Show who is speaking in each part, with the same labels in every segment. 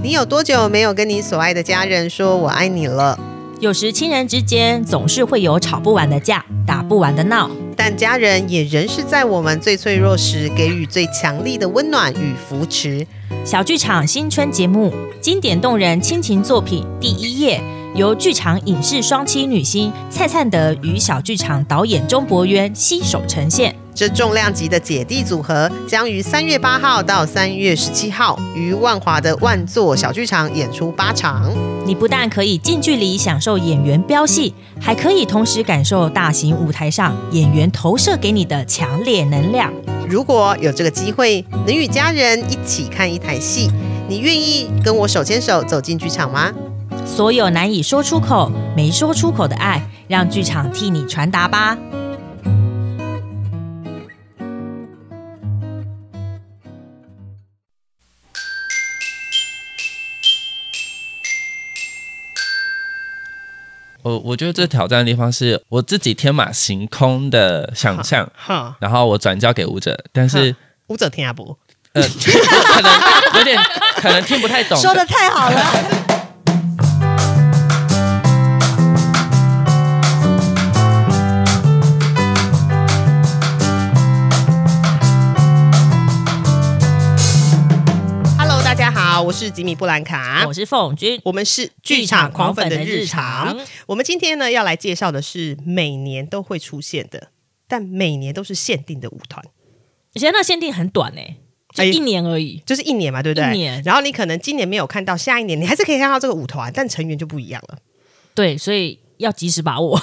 Speaker 1: 你有多久没有跟你所爱的家人说我爱你了？
Speaker 2: 有时亲人之间总是会有吵不完的架，打不完的闹。
Speaker 1: 但家人也仍是在我们最脆弱时给予最强力的温暖与扶持。
Speaker 2: 小剧场新春节目，经典动人亲情作品《第一页》，由剧场影视双栖女星蔡灿德与小剧场导演钟博渊携手呈现。
Speaker 1: 这重量级的姐弟组合将于三月八号到三月十七号于万华的万座小剧场演出八场。
Speaker 2: 你不但可以近距离享受演员飙戏，还可以同时感受大型舞台上演员投射给你的强烈能量。
Speaker 1: 如果有这个机会，能与家人一起看一台戏，你愿意跟我手牵手走进剧场吗？
Speaker 2: 所有难以说出口、没说出口的爱，让剧场替你传达吧。
Speaker 3: 我我觉得最挑战的地方是我自己天马行空的想象，
Speaker 1: 哈，
Speaker 3: 然后我转交给舞者，但是
Speaker 1: 舞者听不？
Speaker 3: 呃， 可能有点可能听不太懂。
Speaker 4: 说的太好了，
Speaker 1: Hello，大家好，我是吉米布兰卡
Speaker 2: 我，是凤君，
Speaker 1: 我们是剧场狂粉的日常。。我们今天呢要来介绍的是每年都会出现的，但每年都是限定的舞团，
Speaker 2: 以前那限定很短哎、就
Speaker 1: 哎
Speaker 2: 一年而已。
Speaker 1: 就是一年嘛，对不对？
Speaker 2: 一年
Speaker 1: 然后你可能今年没有看到，下一年你还是可以看到这个舞团，但成员就不一 样了。
Speaker 2: 对，所以要及时把握。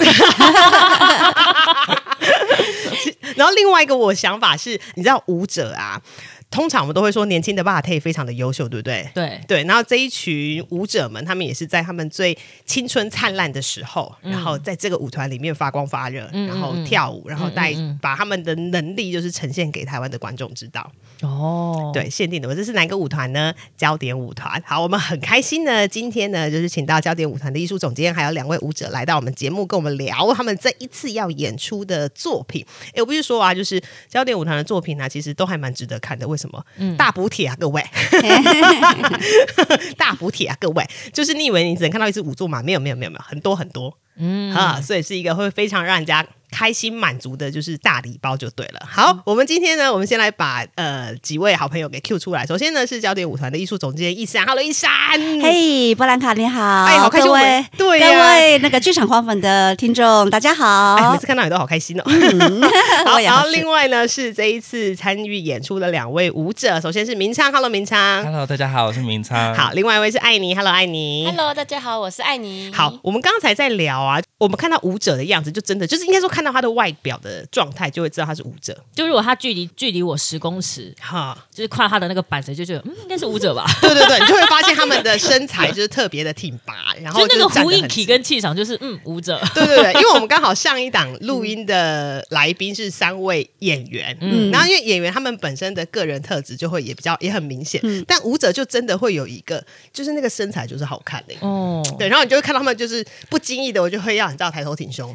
Speaker 1: 然后另外一个我想法是，你知道舞者啊，通常我们都会说年轻的 b a t e 非常的优秀，对不对？
Speaker 2: 对，
Speaker 1: 对，然后这一群舞者们，他们也是在他们最青春灿烂的时候，然后在这个舞团里面发光发热，
Speaker 2: 嗯
Speaker 1: 然后
Speaker 2: 嗯嗯
Speaker 1: 跳舞，然后带、
Speaker 2: 嗯嗯嗯
Speaker 1: 把他们的能力就是呈现给台湾的观众知道。
Speaker 2: 哦，
Speaker 1: 对，限定的，我这是哪一个舞团呢？焦点舞团。好，我们很开心呢，今天呢就是请到焦点舞团的艺术总监还有两位舞者来到我们节目，跟我们聊他们这一次要演出的作品。诶，我必须说啊，就是焦点舞团的作品呢、啊其实都还蛮值得看的。为什么？
Speaker 2: 嗯
Speaker 1: 大补帖啊，各位， 大补帖啊，各位，就是你以为你只能看到一只舞作嘛？没有，没有，没有，没有，很多很多。
Speaker 2: 嗯，
Speaker 1: 啊，所以是一个会非常让人家开心满足的，就是大礼包就对了。好，我们今天呢，我们先来把呃几位好朋友给 Q 出来。首先呢是焦点舞团的艺术总监一山，Hello 一山，
Speaker 4: 嘿，布兰卡你好，
Speaker 1: 嗯哎好开心
Speaker 4: 各
Speaker 1: 我们
Speaker 4: 位，
Speaker 1: 对
Speaker 4: 各
Speaker 1: 呀
Speaker 4: 位那个剧场狂粉的听众，大家
Speaker 1: 哎，
Speaker 4: 好
Speaker 1: 每次，看到你都好开心哦。 好，
Speaker 4: 我也
Speaker 1: 然
Speaker 4: 好
Speaker 1: 后
Speaker 4: 是
Speaker 1: 另外呢是这一次参与演出的两位舞者，首先是明昌，Hello 明昌，
Speaker 3: Hello，大家好，我是明昌。
Speaker 1: 好，，另外一位是艾妮，Hello 艾妮
Speaker 5: Hello，大家好，我是艾
Speaker 2: 嗯
Speaker 5: 妮。
Speaker 1: 好，，我们刚才在聊啊，我们看到舞者的样子，就真的就是应该说看到他的外表的状态，就会知道他是舞者。
Speaker 2: 就如果他距离距离我十公尺，
Speaker 1: 哈，
Speaker 2: 就是跨他的那个板子，就觉得嗯，应该是舞者吧。
Speaker 1: 对对对，你就会发现他们的身材 就是特别的挺拔， 然后
Speaker 2: 就那个
Speaker 1: 站
Speaker 2: 呼
Speaker 1: 得
Speaker 2: 应
Speaker 1: 很
Speaker 2: 体
Speaker 1: 直
Speaker 2: 跟气场，就是嗯，舞者。
Speaker 1: 对对对，因为我们刚好上一档录音的来宾是三位演员，嗯，
Speaker 2: 嗯
Speaker 1: 然后因为演员他们本身的个人特质就会也比较也很明显，但舞者就真的会有一个，就是那个身材就是好看的。
Speaker 2: 哦，
Speaker 1: 对，然后你就会看到他们就是不经意的，我就会让你知道抬头挺 胸，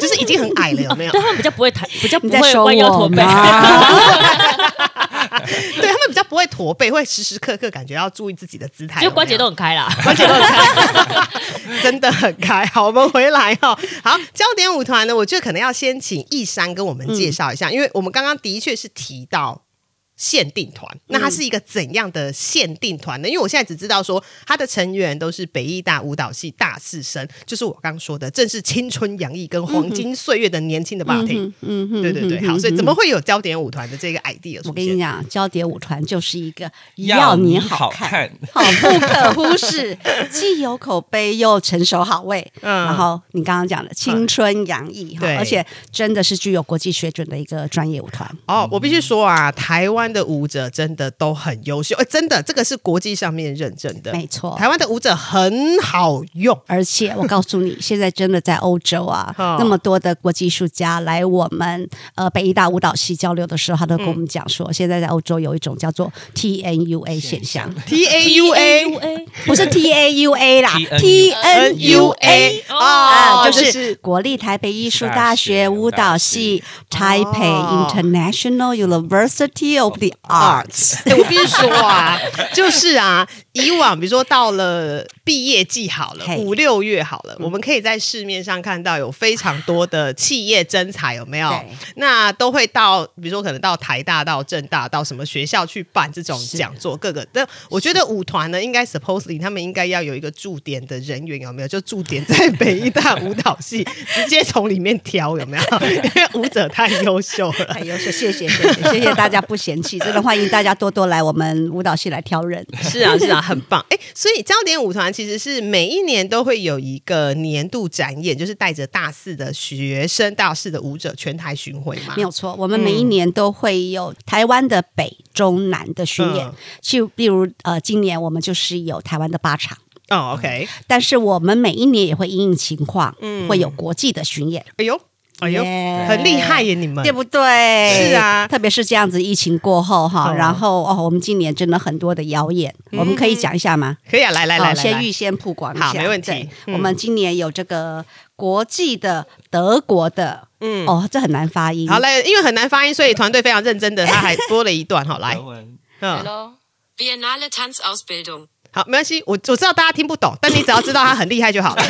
Speaker 1: 就是已经很矮了，有没有？
Speaker 2: 但他们比较不会抬，比较不
Speaker 4: 你在
Speaker 2: 会
Speaker 4: 说
Speaker 2: 弯腰
Speaker 4: 我
Speaker 2: 驼背。
Speaker 4: 吗？
Speaker 1: 对他们比较不会驼背，会时时刻刻感觉要注意自己的姿态，
Speaker 2: 就
Speaker 1: 有没有
Speaker 2: 关节都很开啦。
Speaker 1: 关节都很开， 真的很开。好，我们回来哦。好，焦点舞团呢，我觉得可能要先请易山跟我们介绍一
Speaker 4: 嗯
Speaker 1: 下，因为我们刚刚的确是提到。限定团，
Speaker 4: 嗯
Speaker 1: 那它是一个怎样的限定团呢？因为我现在只知道说，它的成员都是北艺大舞蹈系大四生，就是我刚说的，正是青春洋溢跟黄金岁月的年轻的 body、
Speaker 4: 嗯哼
Speaker 1: 对对对，好，所以怎么？会有焦点舞团的这个 idea
Speaker 4: 我
Speaker 1: 出
Speaker 4: 跟你
Speaker 1: 现？
Speaker 4: 讲，焦点舞团就是一个
Speaker 3: 要
Speaker 4: 要你
Speaker 3: 好
Speaker 4: 好
Speaker 3: 看
Speaker 4: 看，好不可忽视，既有口碑又成熟好味。
Speaker 1: 嗯
Speaker 4: 然后你刚刚讲的青春洋溢哈
Speaker 1: 对，
Speaker 4: 而且真的是具有国际水准的一个专业舞团。
Speaker 1: 哦，我必须说啊，台湾的舞者真的都很优秀，哎，真的，这个是国际上面认证的，
Speaker 4: 没错
Speaker 1: 台湾的舞者很好用，
Speaker 4: 而且我告诉你，现在真的在欧洲 啊
Speaker 1: 哦，
Speaker 4: 那么多的国际艺术家来我们呃北医大舞蹈系交流的时候，他都跟我嗯们讲说，现在在欧洲有一种叫做 TNUA 现象。
Speaker 1: T A U A，
Speaker 2: A
Speaker 4: 不是 T A U A 啦
Speaker 3: TNUA
Speaker 4: ，T N U A
Speaker 1: 啊，
Speaker 4: 啊，就
Speaker 1: 就是是
Speaker 4: 国立台北艺术
Speaker 3: 大
Speaker 4: 大
Speaker 3: 学
Speaker 4: 学舞蹈系台北
Speaker 1: 哦
Speaker 4: International University of the Arts。
Speaker 1: 哎、我必须说啊，就是啊，以往比如说到了毕业季好了，
Speaker 4: 嘿嗯
Speaker 1: 五六月好了，我们可以在市面上看到有非常多的企业征才，有没有
Speaker 4: 对？
Speaker 1: 那都会到，比如说可能到台大、到政大、到什么学校去办这种讲座，各个。但我觉得舞团呢，应该 supposedly 他们应该要有一个驻点的人员，有没有？就驻点在北医大舞蹈系，直接从里面挑，有没有？因为舞者太优秀了
Speaker 4: 太。优秀，哎谢谢谢谢谢谢大家不嫌弃，真的欢迎大家多多来我们舞蹈系来挑 人。
Speaker 1: 是啊，是啊，很棒。哎，所以焦点舞团其实是每一年都会有一个年度展演，就是带着大四的学生、大四的舞者全台巡回嘛
Speaker 4: 没。有错，我们每
Speaker 1: 嗯
Speaker 4: 一年都会有台湾的北中南的巡演
Speaker 1: 嗯，
Speaker 4: 就、比如呃，今年我们就是有台湾的八场，
Speaker 1: 哦，OK，
Speaker 4: 但是我们每一年也会因应情况，
Speaker 1: 嗯
Speaker 4: 会有国际的巡演，
Speaker 1: 哎呦，哎呦
Speaker 4: Yeah
Speaker 1: 很厉害耶，你们
Speaker 4: 对。不对？
Speaker 1: 是啊
Speaker 4: 特别是这样子疫情过后哈，
Speaker 1: 嗯
Speaker 4: 然后哦，我们今年真的很多的谣言，我们可以讲一下吗？
Speaker 1: 可以啊，来嗯来
Speaker 4: 好
Speaker 1: 来来，
Speaker 4: 先
Speaker 1: 来
Speaker 4: 预先曝光一下，
Speaker 1: 好没问题
Speaker 4: 对
Speaker 1: 嗯
Speaker 4: 我们今年有这个国际的德国的，
Speaker 1: 嗯
Speaker 4: 哦，这很难发音。
Speaker 1: 好，来，因为很难发音，所以团队非常认真的，他还多了一段哈， 来，嗯，
Speaker 5: Hello. Biennale Tanzausbildung.
Speaker 1: 好，没关系，我我知道大家听不懂，但你只要知道他很厉害就 好了。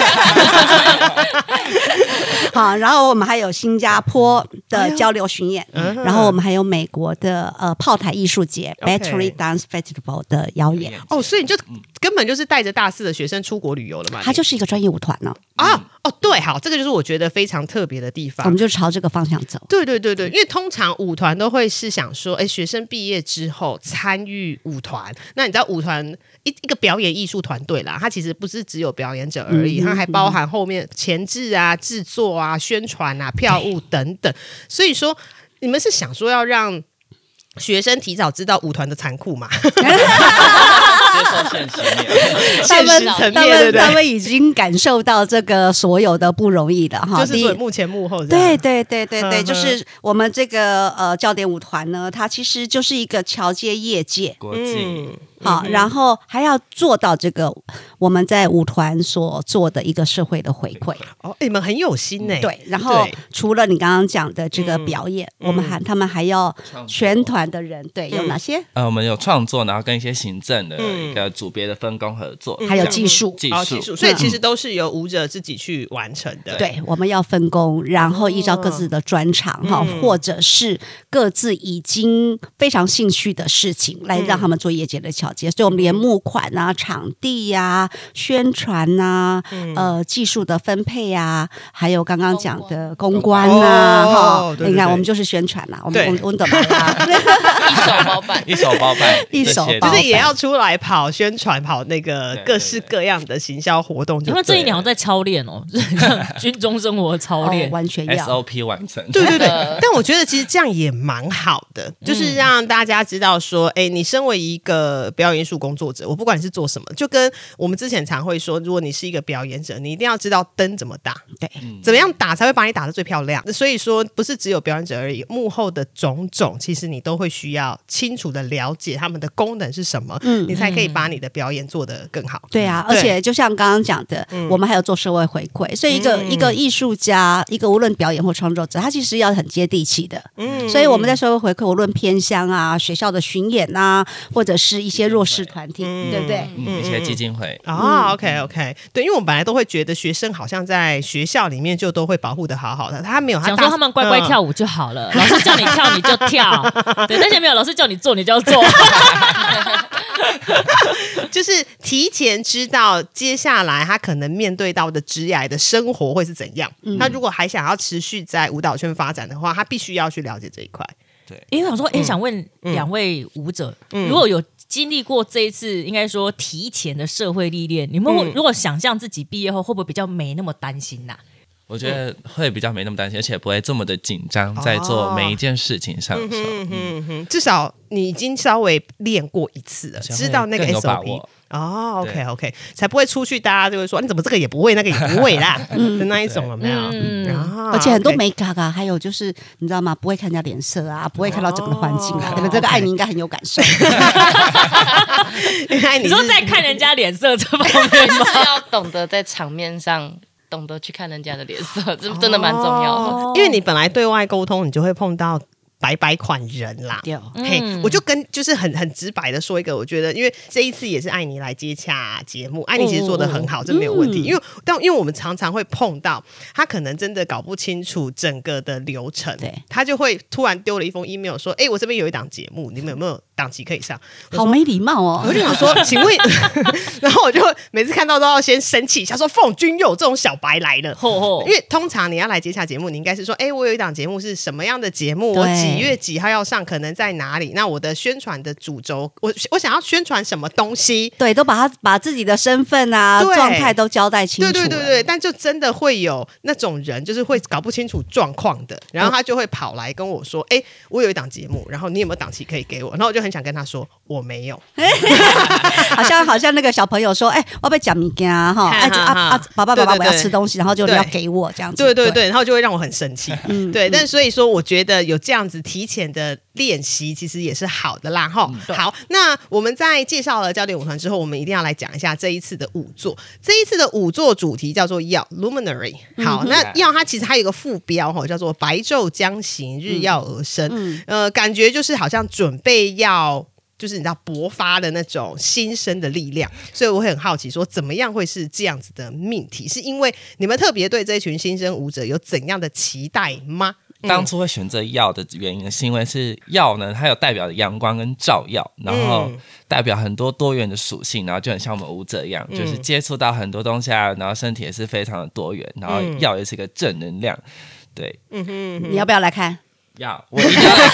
Speaker 4: 好，啊然后我们还有新加坡的交流巡演，
Speaker 1: 哎嗯
Speaker 4: 然后我们还有美国的呃炮台艺术节
Speaker 1: OK
Speaker 4: （Battery Dance Festival） 的表演。
Speaker 1: 哦，所以你就根本就是带着大四的学生出国旅游了嘛？
Speaker 4: 它就是一个专业舞团呢、
Speaker 1: 啊，哦，对，好，这个就是我觉得非常特别的地
Speaker 4: 我
Speaker 1: 方
Speaker 4: 们。就朝这个方向走。
Speaker 1: 对对
Speaker 4: 嗯
Speaker 1: 对对，因为通常舞团都会是想说，哎，学生毕业之后参与舞团，那你知道舞团一一个表演艺术团队啦，它其实不是只有表演者
Speaker 4: 嗯
Speaker 1: 而已，它还包含后面前置啊、制作啊、宣传啊、票务等等。所以说，你们是想说要让学生提早知道舞团的残酷 嘛？
Speaker 3: 接受现实面。
Speaker 4: 他
Speaker 1: 现
Speaker 4: 们
Speaker 1: 实层面，
Speaker 4: 他
Speaker 1: 对
Speaker 4: 们
Speaker 1: 不
Speaker 4: 他
Speaker 1: 对？
Speaker 4: 们已经感受到这个所有的不容易了哈。
Speaker 1: 就是
Speaker 4: 第一
Speaker 1: 所以幕前幕后这样
Speaker 4: 对对对对
Speaker 1: 嗯
Speaker 4: 对，
Speaker 1: 哼
Speaker 4: 就是我们这个呃焦点舞团呢，它其实就是一个桥接业界，
Speaker 1: 嗯
Speaker 3: 国际
Speaker 4: 好、然后还要做到这个我们在舞团所做的一个社会的回馈。
Speaker 1: 哦，诶你们很有心呢、
Speaker 4: 对，然后
Speaker 1: 对嗯
Speaker 4: 除了你刚刚讲的这个表演，我们还他们还要
Speaker 3: 创作
Speaker 4: 全团的人，对，有
Speaker 1: 嗯
Speaker 4: 哪些？
Speaker 3: 呃，我们有创作，然后跟一些行政的一个组别的分工合作，
Speaker 1: 嗯
Speaker 4: 嗯还有
Speaker 3: 这样
Speaker 4: 技术。
Speaker 3: 技
Speaker 1: 哦，
Speaker 3: 术。
Speaker 1: 技术，所以其实都是由舞者自己去完成的。，
Speaker 4: 嗯对，我们要分工，然后依照各自的专长
Speaker 1: 哦
Speaker 4: 哈、或者是各自已经非常兴趣的事情，来
Speaker 1: 嗯
Speaker 4: 让他们做业界的桥接。所以，我们连募款啊、场地呀、宣传呐、
Speaker 1: 嗯
Speaker 4: 呃，技术的分配呀、还有刚刚讲的公关呐、
Speaker 1: 哦
Speaker 4: 哈、
Speaker 1: 对对
Speaker 4: 你看，
Speaker 1: 对
Speaker 4: 我们就是宣传啦、我们
Speaker 1: 对
Speaker 4: 我们我们怎么 啦？，
Speaker 5: 一手包办
Speaker 3: 一手包办
Speaker 4: 一手包
Speaker 1: 就是
Speaker 4: 办
Speaker 1: 也要出来跑宣传，跑那个
Speaker 3: 对对
Speaker 1: 各式各样的行销活动就对了。
Speaker 2: 因为最近你好像在操练哦，就是像军中生活的操
Speaker 4: 哦
Speaker 2: 练，，
Speaker 4: 完全要
Speaker 3: SOP 完成。
Speaker 1: 对对对
Speaker 5: 呃，
Speaker 1: 但我觉得其实这样也蛮好的，
Speaker 4: 嗯
Speaker 1: 就是让大家知道说，哎、你身为一个表演艺术工作者，我不管你是做什么，就跟我们之前常会说，如果你是一个表演者，你一定要知道灯怎么打，
Speaker 4: 对，
Speaker 3: 嗯
Speaker 1: 怎么样打才会把你打得最漂亮。所以说，不是只有表演者而已，幕后的种种，其实你都会需要清楚的了解他们的功能是什么，
Speaker 4: 嗯
Speaker 1: 你才可以把你的表演做得更好。
Speaker 4: 对啊，
Speaker 1: 嗯对嗯
Speaker 4: 而且就像刚刚讲的，我们还有做社会回馈，所以一个、一个艺术家，一个无论表演或创作者，他其实要很接地气的。
Speaker 1: 嗯
Speaker 4: 所以我们在社会回馈，无论偏乡啊、学校的巡演啊，或者是一些弱势团体，对不对？
Speaker 3: 嗯，一些基金会，
Speaker 1: 啊、o k OK，对，因为我们本来都会觉得学生好像在学校里面就都会保护的好好的，他没嗯有，
Speaker 2: 想说他们乖乖跳
Speaker 1: 舞，
Speaker 2: 舞就好了， 老师叫你跳你就 跳，对，但是没有老师叫你做你就要做，
Speaker 1: 嗯就是提前知道接下来他可能面对到的职涯的生活会是怎样。他如果还想要持续在舞蹈圈发展的话，他必须要去了解这一块。
Speaker 2: 因为我想说，哎、
Speaker 1: 嗯
Speaker 2: 想问两位舞者，如果有经历过这一次，应该说
Speaker 1: 嗯
Speaker 2: 提前的社会历练，你们会、如果想象自己毕业后，会不会比较没那么担心呐、
Speaker 3: 我觉得会比较没那么担心，而且不会这么的紧张，在做每一件事情上的时候，
Speaker 1: 哦嗯哼哼，至少你已经稍微练过一次了，
Speaker 3: 而且会
Speaker 1: 知道那个
Speaker 3: 更有把
Speaker 1: SOP
Speaker 3: 握。。
Speaker 1: 哦
Speaker 3: 对
Speaker 1: ，OK OK，才不会出去，大家就会说你怎么这个也不会，那个也不会啦的那一种，有没有？
Speaker 2: 嗯
Speaker 1: 啊
Speaker 4: 而且很 多
Speaker 1: OK
Speaker 4: 美嘎嘎，还有就是你知道吗？不会看人家脸色啊，不会看到整个环境啊。
Speaker 1: 哦
Speaker 4: 你们这个爱你应该很有感 受。
Speaker 1: 原哎来你
Speaker 2: 你
Speaker 1: 是
Speaker 2: 说在看人家脸色这方 面吗？
Speaker 5: 是 要懂得在场面上懂得去看人家的脸色，这真的蛮重要的。
Speaker 1: 哦因为你本来对外沟通，你就会碰到百百款人啦。
Speaker 4: 对
Speaker 1: 嘿我就跟就是很很直白的说一个，我觉得因为这一次也是艾妮来接洽节目，艾妮其实做的很好，这没有问题。因为但因为我们常常会碰到他可能真的搞不清楚整个的流程，
Speaker 4: 对
Speaker 1: 他就会突然丢了一封 email 说：“哎、我这边有一档节目，你们有没有档期可以上？”
Speaker 4: 好没礼貌哦
Speaker 1: 我！就想 说，请问， 然后我就每次看到都要先生气一下，说凤君又有这种小白来了。
Speaker 2: 吼吼
Speaker 1: 因，为通常你要来接下节目，你应该是说，哎、我有一档节目是什么样的节目，我
Speaker 4: 对
Speaker 1: 几月几号要上，可能在哪里？那我的宣传的主轴，我我想要宣传什么东西？
Speaker 4: 对，都把他把自己的身份啊、
Speaker 1: 对
Speaker 4: 状态都交代清
Speaker 1: 对对
Speaker 4: 楚了。
Speaker 1: 对对，但就真的会有那种人，就是会搞不清楚状况的，然后他就会跑来跟我说：“哎、我有一档节目，然后你有没有档期可以给我？”然后我就很想跟他说：“我没有。
Speaker 4: 好像好像那个小朋友说：“哎，我要被讲米羹 啊哈，
Speaker 1: 哈
Speaker 4: 哎
Speaker 1: 哈
Speaker 4: 啊啊，爸爸爸爸，
Speaker 1: 对对
Speaker 4: 我
Speaker 1: 对
Speaker 4: 要吃东西，然后就
Speaker 1: 对
Speaker 4: 要给我这样”子。”
Speaker 1: 对对对，然后就会让我很生气。
Speaker 4: 嗯
Speaker 1: 对，但所以说，我觉得有这样子提前的练习，其实也是好的啦，
Speaker 4: 嗯
Speaker 1: 哈、好，那我们在介绍了焦点舞团之后，我们一定要来讲一下这一次的舞座。这一次的舞座主题叫做“药 ”（Luminary）。好，
Speaker 4: 嗯
Speaker 1: 那“药”它其实还有一个副标哈，叫做“白昼将行，日耀而生”呃，感觉就是好像准备要。就是你知道勃发的那种新生的力量，所以我会很好奇说，怎么样会是这样子的命题？是因为你们特别对这一群新生舞者有怎样的期待吗？
Speaker 3: 当初会选择药的原因，是因为是药呢，它有代表阳光跟照耀，然后
Speaker 1: 嗯
Speaker 3: 代表很多多元的属性，然后就很像我们舞者一样，
Speaker 1: 嗯
Speaker 3: 就是接触到很多东西啊，然后身体也是非常的多元，然后
Speaker 1: 嗯
Speaker 3: 药也是一个正能量，对，
Speaker 1: 嗯哼
Speaker 4: 你要不要来看？
Speaker 3: 药我一定要来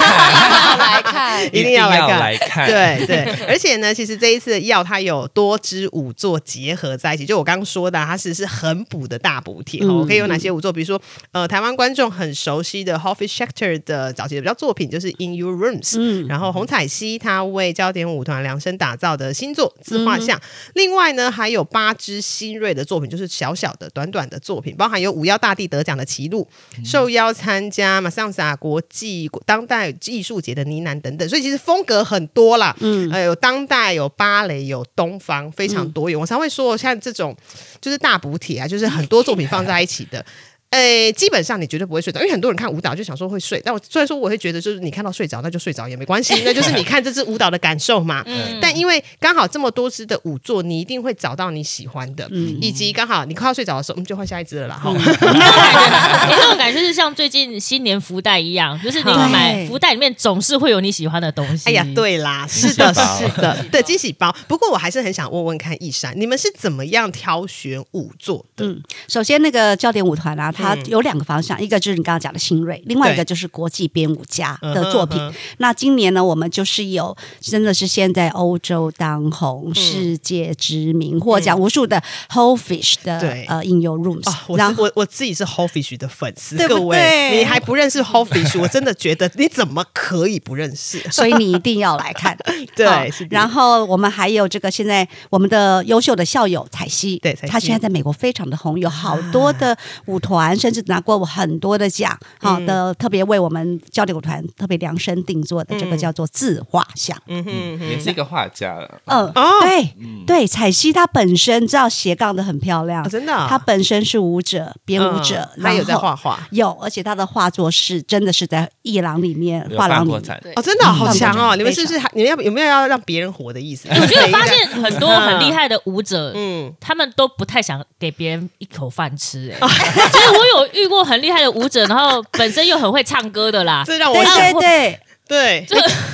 Speaker 3: 看，
Speaker 5: 要来看，
Speaker 1: 一定
Speaker 3: 要
Speaker 1: 要来看
Speaker 3: 来看，
Speaker 1: 对对，而且呢，其实这一次的药它有多支舞作结合在一起，就我刚刚说的啊，它其实是很补的大补贴。哦。
Speaker 4: 嗯
Speaker 1: 我可以有哪些舞作？比如说，呃，台湾观众很熟悉的 h o f f e Schechter 的早期的比较作品，就是 In Your Rooms。
Speaker 4: 嗯，
Speaker 1: 然后洪彩希她为焦点舞团量身打造的新作自画
Speaker 4: 嗯
Speaker 1: 像，另外呢还有八支新锐的作品，就是小小的、短短的作品，包含有五幺大地得奖的齐路，
Speaker 4: 嗯
Speaker 1: 受邀参加马上萨国际当代艺术节的呢喃等等，所以其实风格很多啦。
Speaker 4: 嗯，
Speaker 1: 呃，有当代，有芭蕾，有东方，非常多元。我常会说，像这种就是大补帖啊，就是很多作品放在一起的。呃，基本上你绝对不会睡着，因为很多人看舞蹈就想说会睡，但我虽然说我会觉得就是你看到睡着，那就睡着也没关系，那就是你看这支舞蹈的感受嘛。但因为刚好这么多支的舞作，你一定会找到你喜欢的，以及刚好你快要睡着的时候，嗯我们就换下一支了啦。哈、
Speaker 2: 你哎这种感觉是像最近新年福袋一样，就是你
Speaker 4: 对
Speaker 2: 买福袋里面总是会有你喜欢的东 西。
Speaker 1: 哎呀，，对啦，是的，
Speaker 3: 包
Speaker 1: 是的，对惊喜包。不过我还是很想问问看易山，你们是怎么样挑选舞作的？
Speaker 4: 首先那个焦点舞团啊，它
Speaker 1: 嗯
Speaker 4: 有两个方向，一个就是你刚刚讲的新锐，另外一个
Speaker 1: 对
Speaker 4: 就是国际编舞家
Speaker 1: 嗯
Speaker 4: 的
Speaker 1: 哼
Speaker 4: 作品。
Speaker 1: 嗯哼
Speaker 4: 那今年呢，我们就是有真的是现在欧洲当
Speaker 1: 嗯
Speaker 4: 红、世界知名、获奖无数的 Whole Fish 的
Speaker 1: 对
Speaker 4: 呃 In Your Rooms，、
Speaker 1: 啊，我
Speaker 4: 然
Speaker 1: 是
Speaker 4: 后。
Speaker 1: 我我自己是 h o f i s h 的粉丝，
Speaker 4: 对不
Speaker 1: 各位，
Speaker 4: 对
Speaker 1: 你还不认识 h o f i s h 我真的觉得你怎么可以不认识？
Speaker 4: 所以你一定要来看，
Speaker 1: 对
Speaker 4: 好
Speaker 1: 是的
Speaker 4: 然后我们还有这个现在我们的优秀的校友彩西，
Speaker 1: 对彩西啊
Speaker 4: 她现在在美国非常的红，有好多的舞团，甚至拿过很多的奖，
Speaker 1: 嗯
Speaker 4: 好、的特别为我们焦点舞团特别量身定做的这个叫做自画像。
Speaker 1: 嗯哼
Speaker 3: 嗯也是一个画 家了，
Speaker 4: 嗯，
Speaker 1: 哦
Speaker 4: 对对，彩西她本身知道斜杠的很漂亮，
Speaker 1: 啊真的啊
Speaker 4: 她本身是舞者、编舞者，
Speaker 1: 嗯她有在
Speaker 4: 然后
Speaker 1: 画画
Speaker 4: 有，而且她的画作是真的是在艺廊里面
Speaker 3: 有
Speaker 4: 画廊
Speaker 3: 办
Speaker 4: 里
Speaker 3: 过
Speaker 4: 面。
Speaker 3: 展，
Speaker 5: 对
Speaker 1: 哦，真的哦好
Speaker 4: 嗯
Speaker 1: 强哦！
Speaker 4: 非常
Speaker 1: 你们是不是还你们要有没有要让别人活的意思？
Speaker 2: 我觉得我发 现很多很厉害的舞者，
Speaker 1: 嗯，
Speaker 2: 他们都不太想给别人一口饭 吃、哎，就是我有遇过很厉害的舞者，然后本身又很会唱歌的啦，
Speaker 1: 这让我
Speaker 4: 对
Speaker 1: 想
Speaker 4: 对
Speaker 1: 啊
Speaker 4: 对，
Speaker 1: 对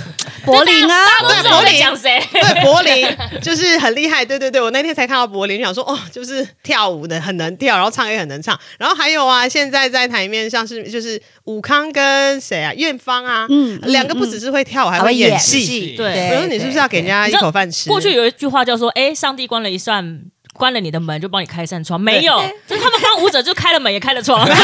Speaker 4: 柏林啊，
Speaker 2: 大家都知道我在讲谁。
Speaker 1: 对，柏林就是很厉害，对对对，我那天才看到柏林，想说哦，就是跳舞的很能跳，然后唱也很能唱，然后还有啊，现在在台面上是就是武康跟谁啊，院芳啊，
Speaker 4: 嗯嗯
Speaker 1: 两个不只是会跳舞，还
Speaker 4: 还会
Speaker 1: 演
Speaker 4: 演
Speaker 1: 戏
Speaker 4: 戏
Speaker 2: 对
Speaker 1: 我说你是不是要给人家一口饭吃？
Speaker 2: 过去有一句话叫说：“哎、上帝关了一扇关了你的门就帮你开一扇窗，没有，就是他们帮舞者就开了门也开了 窗，
Speaker 1: 哎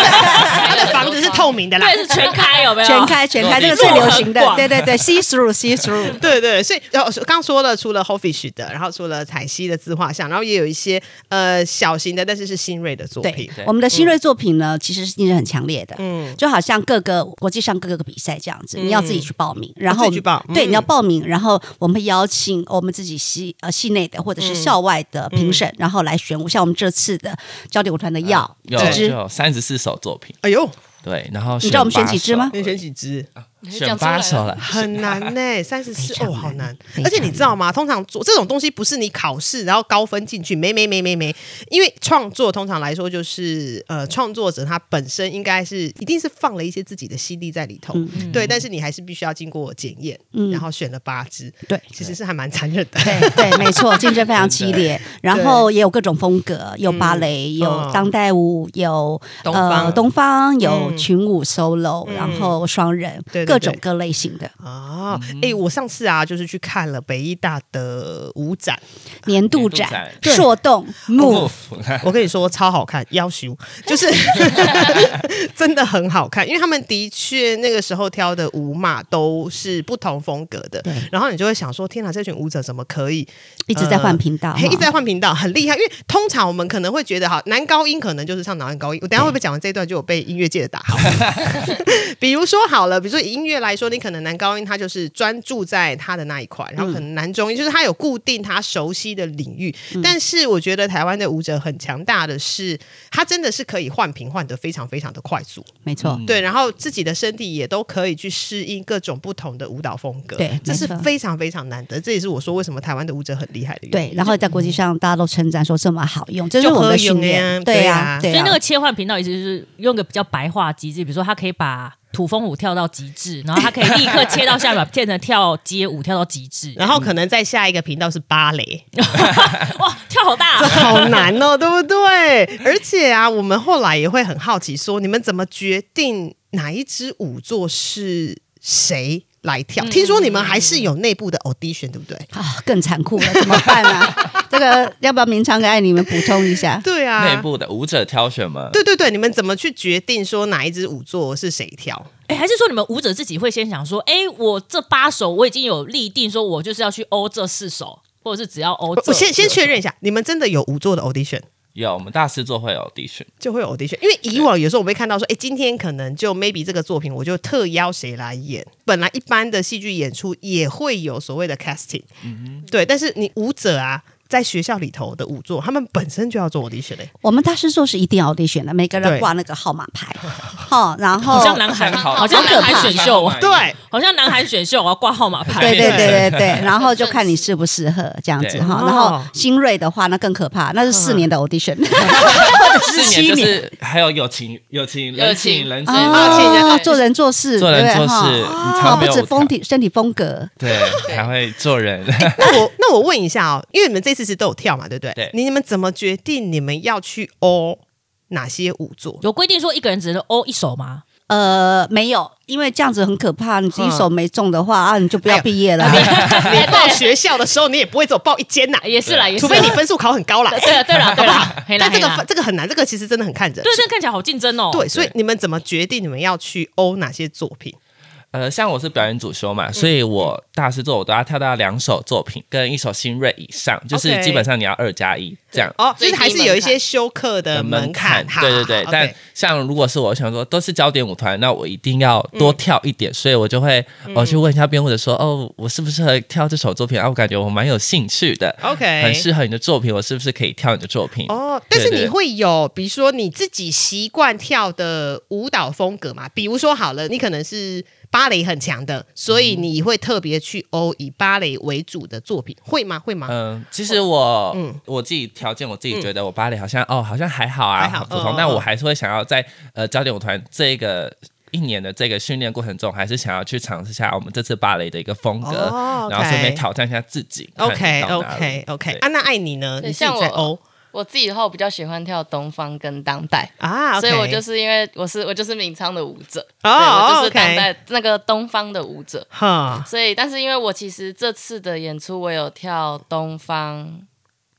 Speaker 1: 他的房子是透明的啦。
Speaker 2: 对，是全开，有没有？
Speaker 4: 全开全开，这个最流行的，对对对，see through see through，
Speaker 1: 对对，所以呃，刚说了，除了 Hoffish 的，然后除了彩西的自画像，然后也有一些呃小型的，但是是新锐的作品
Speaker 4: 对。，嗯我们的新锐作品呢，其实是竞争很强烈的，
Speaker 1: 嗯，
Speaker 4: 就好像各个国际上各个比赛这样子，你要自己去报名，然后
Speaker 1: 自己去报
Speaker 4: 对，
Speaker 1: 嗯
Speaker 4: 你要报名，然后我们会邀请我们自己系呃系内的或者
Speaker 1: 嗯
Speaker 4: 是校外的评审，然后来选舞，像我们这次的焦点舞
Speaker 1: 嗯
Speaker 4: 团的药
Speaker 3: 有
Speaker 4: 这
Speaker 3: 就
Speaker 4: 支，
Speaker 3: 有三十四首作品，
Speaker 1: 哎呦，
Speaker 3: 对，然后
Speaker 4: 你知道我们选
Speaker 3: 八
Speaker 4: 几支
Speaker 3: 首
Speaker 4: 吗
Speaker 1: 你选几支？
Speaker 3: 选八 首了，
Speaker 1: 很 难呢，三十四
Speaker 4: 啊非常
Speaker 1: 哦，好难
Speaker 4: 非。常
Speaker 1: 而且你知道吗？通常做这种东西不是你考试然后高分进去，没没没没没，因为创作通常来说就是呃，创作者他本身应该是一定是放了一些自己的心力在里头，对。但是你还是必须要经过检验，
Speaker 4: 嗯
Speaker 1: 然后选了八支，
Speaker 4: 对
Speaker 1: 其实是还蛮残忍的。
Speaker 4: 对对，没错，竞争非常激烈，然后也有各种风格，有芭蕾，有当代舞，有
Speaker 1: 东方
Speaker 4: 呃东方，有
Speaker 1: 嗯
Speaker 4: 群舞 solo，然后双人
Speaker 1: 对对，
Speaker 4: 各种
Speaker 1: 对
Speaker 4: 各类型的。
Speaker 1: 啊，
Speaker 4: 嗯
Speaker 1: 哎、我上次啊，就是去看了北医大的舞 展，
Speaker 4: 年度
Speaker 3: 年度
Speaker 4: 展
Speaker 3: 展、
Speaker 1: 对
Speaker 4: 硕动、Move，
Speaker 1: 嗯我跟你说超好看，要求就是 真的很好看，因为他们的确那个时候挑的舞码都是不同风格的，然后你就会想说，天哪，这群舞者怎么可以
Speaker 4: 一直在换频道，
Speaker 1: 嗯嘿，一直
Speaker 4: 哈
Speaker 1: 在换频道，很厉害。因为通常我们可能会觉得，哈，男高音可能就是唱男高音。我等一下会不会讲完这一段就有被音乐界的打 好？比如说好了，比如说以音乐来说，你可能男高音他就是专注在他的那一块，然后可能男中音就是他有固定他熟悉的领域。
Speaker 4: 嗯
Speaker 1: 但是我觉得台湾的舞者很强大的是，他真的是可以换频换的非常非常的快速。
Speaker 4: 没错，
Speaker 1: 对，然后自己的身体也都可以去适应各种不同的舞蹈风格，
Speaker 4: 对
Speaker 1: 这是
Speaker 4: 没错
Speaker 1: 非常非常难得，这也是我说为什么台湾的舞者很厉害的原因。
Speaker 4: 对，然后在国际上大家都称赞说这么好用，这是
Speaker 1: 就
Speaker 4: 我们
Speaker 1: 合
Speaker 4: 的训
Speaker 1: 用
Speaker 4: 练
Speaker 1: 呀，
Speaker 4: 对
Speaker 1: 对
Speaker 4: 呀
Speaker 1: 啊，
Speaker 4: 对
Speaker 2: 所以
Speaker 4: 呀
Speaker 2: 那。个切换频道其实是用个比较白话机制，比如说他可以把土风舞跳到极致，然后他可以立刻切到下面，变成跳街舞跳到极 致，
Speaker 1: 然后可能在下一个频道是芭蕾，
Speaker 2: 哇，跳好大、
Speaker 1: 这
Speaker 2: 啊！
Speaker 1: 好难哦，对不对？而且啊，我们后来也会很好奇说，你们怎么决定哪一支舞作是谁来跳？听说你们还是有内部的 audition，对不对？
Speaker 4: 啊，更残酷了，怎么 办啊？这个要不要明昌跟爱你们补充一下？
Speaker 1: 对啊，
Speaker 3: 内部的舞者挑选吗？
Speaker 1: 对对对，你们怎么去决定说哪一支舞作是谁跳？
Speaker 2: 哎，还是说你们舞者自己会先想说，哎，我这八首我已经有立定，说我就是要去欧这四首，或者是只要欧这。
Speaker 1: 我先先确认一下，你们真的有舞作的 audition？
Speaker 3: 有，我们大师作会有 audition，
Speaker 1: 就会有 audition，因为以往有时候我们会看到说，哎，今天可能就 maybe 这个作品，我就特邀谁来演。本来一般的戏剧演出也会有所谓的 casting，、对，但是你舞者啊，在学校里头的舞作，他们本身就要做 audition 欸嘞、
Speaker 4: 我们大师座是一定要 audition 的，每个人
Speaker 1: 对
Speaker 4: 挂那个号码牌， 哈，然后
Speaker 2: 好像男孩，
Speaker 3: 好
Speaker 2: 哦嗯好像
Speaker 4: 可
Speaker 2: 男孩
Speaker 4: 怕
Speaker 2: 选秀
Speaker 3: 哎
Speaker 2: 啊，
Speaker 1: 对，
Speaker 2: 好像男孩选秀，我要挂号码牌。
Speaker 4: 对对对对 对，
Speaker 5: 对
Speaker 4: 然后就看你适不适合这样子
Speaker 3: 对嗯
Speaker 4: 哈。
Speaker 1: 哦
Speaker 4: 然后新锐的话，那更可怕，那是四年的 audition，
Speaker 3: 四年就是还有友情、友情、人情、人情、
Speaker 1: 啊请人
Speaker 4: 哦 做人做事，
Speaker 3: 做人
Speaker 4: 对
Speaker 3: 做
Speaker 4: 不对哈
Speaker 3: 事，你
Speaker 4: 哦，
Speaker 3: 常没
Speaker 4: 不
Speaker 3: 有
Speaker 4: 止
Speaker 3: 舞
Speaker 4: 风
Speaker 3: 台
Speaker 4: 体身体风格，
Speaker 3: 对，还会做人。
Speaker 1: 那我那我问一下哦，因为你们这次是都有跳嘛，对不对？
Speaker 3: 对
Speaker 1: 你你们怎么决定你们要去欧哪些舞作？
Speaker 2: 有规定说一个人只能欧一首 吗？
Speaker 4: 呃，没有，因为这样子很可怕。你一
Speaker 1: 嗯
Speaker 4: 手没中的话啊，你就不
Speaker 1: 哎
Speaker 4: 要
Speaker 1: 呦
Speaker 4: 毕业了。
Speaker 2: 哎
Speaker 1: 你报学校的时候，你也不会只有报一间呐、
Speaker 2: 啊也是啦，也是
Speaker 1: 除
Speaker 2: 啦。
Speaker 1: 非你分数考很高啦。
Speaker 2: 哎对啊了对了对了，黑啦
Speaker 1: 但这
Speaker 2: 黑啦
Speaker 1: 个这个很难，这个其实真的很看人。
Speaker 2: 对，这看起来好竞争哦。
Speaker 1: 对，所以
Speaker 3: 对
Speaker 1: 你们怎么决定你们要去欧哪些作品？
Speaker 3: 呃，像我是表演主修嘛，所以我大师作我都要跳到两首作品跟一首新锐以上，就是基本上你要二加一这样。
Speaker 1: 哦，就
Speaker 5: 最
Speaker 1: 是
Speaker 5: 低
Speaker 1: 还是有一些修课的呃门槛，哈
Speaker 3: 对对对，
Speaker 1: 好
Speaker 3: 但
Speaker 1: OK
Speaker 3: 像如果是我想说都是焦点舞团，那我一定要多跳一点，所以我就会
Speaker 1: 嗯
Speaker 3: 我去问一下编舞者说，哦，我适不适合跳这首作品啊？我感觉我蛮有兴趣的
Speaker 1: OK
Speaker 3: 很适合你的作品，我是不是可以跳你的作品？
Speaker 1: 哦，但是
Speaker 3: 对
Speaker 1: 你
Speaker 3: 对
Speaker 1: 会有，比如说你自己习惯跳的舞蹈风格嘛？比如说好了，你可能是芭蕾很强的，所以你会特别去欧以芭蕾为主的作品，会吗？会吗？
Speaker 3: 嗯，其实我、
Speaker 1: 嗯
Speaker 3: 我自己条件，我自己觉得我芭蕾好像、哦，好像还好啊，
Speaker 1: 还好
Speaker 3: 普通。
Speaker 1: 嗯
Speaker 3: 但
Speaker 1: 嗯
Speaker 3: 我还是会想要在呃焦点舞团这个一年的这个训练过程中，还是想要去尝试一下我们这次芭蕾的一个风格，
Speaker 1: 哦，OK
Speaker 3: 然后顺便挑战一下自己。看
Speaker 1: OK 啊
Speaker 3: 到哪里
Speaker 1: OK OK，
Speaker 3: 对
Speaker 1: 安娜爱你呢？
Speaker 5: 对
Speaker 1: 你是在
Speaker 5: 像我
Speaker 1: 欧
Speaker 5: 我自己的话，我比较喜欢跳东方跟当代。
Speaker 1: 啊
Speaker 5: 所以我就是是因为我是我就是闵昌的舞者，对我
Speaker 1: 哦
Speaker 5: 就是当
Speaker 1: ，OK，
Speaker 5: 代那个东方的舞者，
Speaker 1: 哈，
Speaker 5: 所以但是因为我其实这次的演出我有跳东方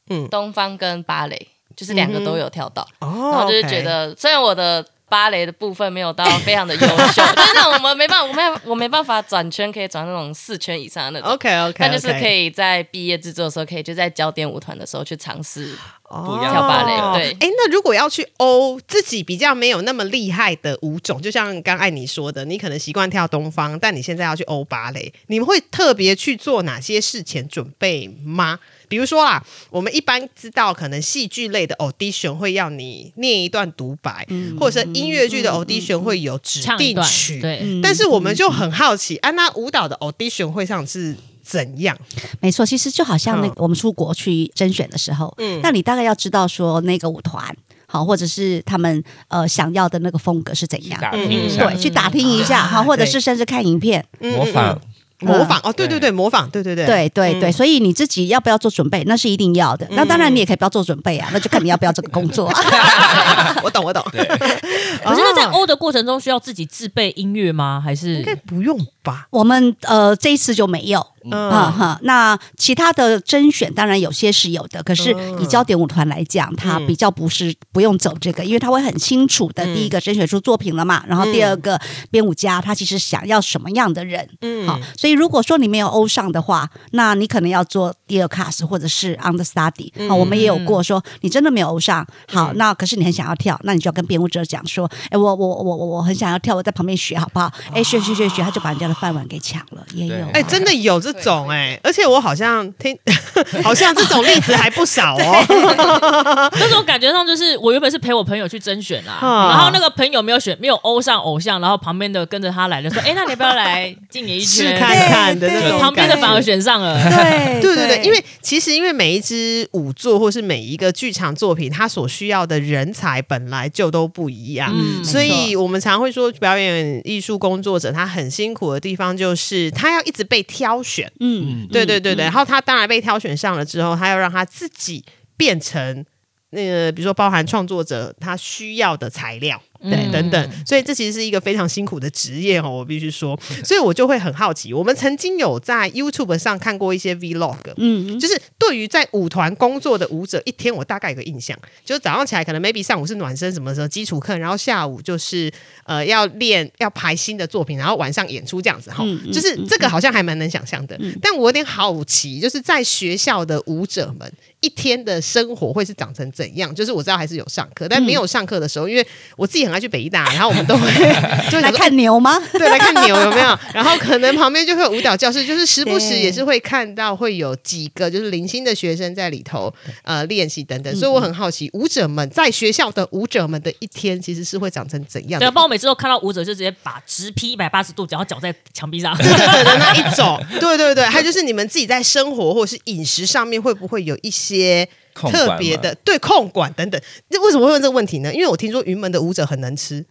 Speaker 1: 嗯
Speaker 5: 东方跟芭蕾，就是两个都有跳到，
Speaker 1: 哦，
Speaker 5: 然后就是觉得虽然我的。芭蕾的部分没有到非常的优秀， 就是那种我们没办法，我没我没办法转圈，可以转那种四圈以上的那种。
Speaker 1: OK OK，
Speaker 5: 但就是可
Speaker 1: 以
Speaker 5: 以在毕业制作的时候，可以就在焦点舞团的时候去尝试。
Speaker 1: 不
Speaker 3: 一样跳芭
Speaker 5: 蕾对
Speaker 1: 哎，那如果要去欧自己比较没有那么厉害的舞种，就像刚艾你说的，你可能习惯跳东方，但你现在要去欧芭蕾，你们会特别去做哪些事前准备吗？比如说啦，我们一般知道可能戏剧类的 audition 会要你念一段独白，或者是音乐剧的 audition 会有指
Speaker 2: 唱一
Speaker 1: 定
Speaker 2: 段
Speaker 1: 曲，
Speaker 2: 对，
Speaker 4: 嗯
Speaker 1: 但是我们就很好奇，安娜舞蹈的 audition 会上是怎样？
Speaker 4: 没错，其实就好像那
Speaker 1: 嗯
Speaker 4: 个我们出国去甄选的时候，
Speaker 1: 嗯
Speaker 4: 那你大概要知道说那个舞团好，或者是他们呃想要的那个风格是怎样，
Speaker 3: 打听一
Speaker 1: 嗯
Speaker 3: 下
Speaker 4: 对，去打听一下
Speaker 1: 啊
Speaker 4: 好，或者
Speaker 1: 对
Speaker 4: 是甚至看影片，
Speaker 1: 嗯
Speaker 3: 模仿，
Speaker 1: 嗯嗯模仿哦，对对对，模仿，对对对，
Speaker 4: 对对对，
Speaker 1: 嗯
Speaker 4: 所以你自己要不要做准备，那是一定要的。那当然你也可以不要做准备啊，那就看你要不要这个工作。
Speaker 1: 我懂，我懂。
Speaker 3: 对
Speaker 2: 可是那在欧的过程中需要自己自备音乐吗？还
Speaker 1: 哦应该
Speaker 2: 是
Speaker 1: 不用吧？
Speaker 4: 我们呃这一次就没有。啊
Speaker 1: 嗯，
Speaker 4: 哈，那其他的甄选当然有些是有的，可是以焦点舞团来讲，它比较不是不用走这个，因为它会很清楚的，第一个甄选出作品了嘛，然后第二个编舞家他其实想要什么样的人，嗯，好，所以如果说你没有欧上的话，那你可能要做第二 cast 或者是 understudy 啊，我们也有过说你真的没有欧上，好，那可是你很想要跳，那你就要跟编舞者讲说，哎，我我我我我很想要跳，我在旁边学好不好？哎，学学学学，他就把人家的饭碗给抢了，也有啊，
Speaker 1: 哎、真的有这种哎、而且我好像听， 好像这种例子还不少 哦。
Speaker 2: 那种感觉上就是我原本是陪我朋友去甄选啦，
Speaker 1: 啊
Speaker 2: 然后那个朋友没有选，没有欧上偶像，然后旁边的跟着他来的说，哎，那你要不要来进你一
Speaker 1: 试
Speaker 2: 圈？
Speaker 1: 看看的
Speaker 4: 对
Speaker 1: 那种感觉，
Speaker 2: 旁边的反而选上了。
Speaker 4: 对
Speaker 1: 对对对，因为其实因为每一支舞作或是每一个剧场作品，它所需要的人才本来就都不一样，
Speaker 2: 嗯
Speaker 1: 所以我们常会说，表演艺术工作者他很辛苦的地方就是他要一直被挑选，
Speaker 4: 嗯，
Speaker 3: 嗯，
Speaker 1: 对对对对，然后他当然被挑选上了之后，他要让他自己变成那个，比如说包含创作者他需要的材料。
Speaker 4: 嗯
Speaker 2: 对
Speaker 1: 等等，所以这其实是一个非常辛苦的职业哦，我必须说，所以我就会很好奇，我们曾经有在 YouTube 上看过一些 Vlog，
Speaker 4: 嗯，
Speaker 1: 就是对于在舞团工作的舞者，一天我大概有个印象，就是早上起来可能 maybe 上午是暖身什么时候基础课，然后下午就是呃要练要排新的作品，然后晚上演出这样子哈，
Speaker 4: 嗯嗯
Speaker 1: 就是这个好像还蛮能想象的。但我有点好奇，就是在学校的舞者们一天的生活会是长成怎样？就是我知道还是有上课，但
Speaker 2: 嗯
Speaker 1: 没有上课的时候，因为我自己很爱去北医大，然后我们 都会就会想
Speaker 4: 来
Speaker 1: 说
Speaker 4: 看牛吗？
Speaker 1: 对，来看牛有没有？然后可能旁边就会有舞蹈教室，就是时不时也是会看到会有几个就是零星的学生在里头呃练习等
Speaker 2: 嗯
Speaker 1: 等，所以我很好奇，舞者们在学校的舞者们的一天其实是会长成怎样
Speaker 2: 对啊，
Speaker 1: 的？
Speaker 2: 不然我每次都看到舞者就直接把直劈一百八十度，然后脚在墙壁 上。
Speaker 1: 对对 对，那一种，对对对，还有就是你们自己在生活或是饮食上面会不会有一些
Speaker 3: 控管
Speaker 1: 特
Speaker 3: 嘛
Speaker 1: 别的对控管等等？这为什么会问这个问题呢？因为我听说云门的舞者很能吃，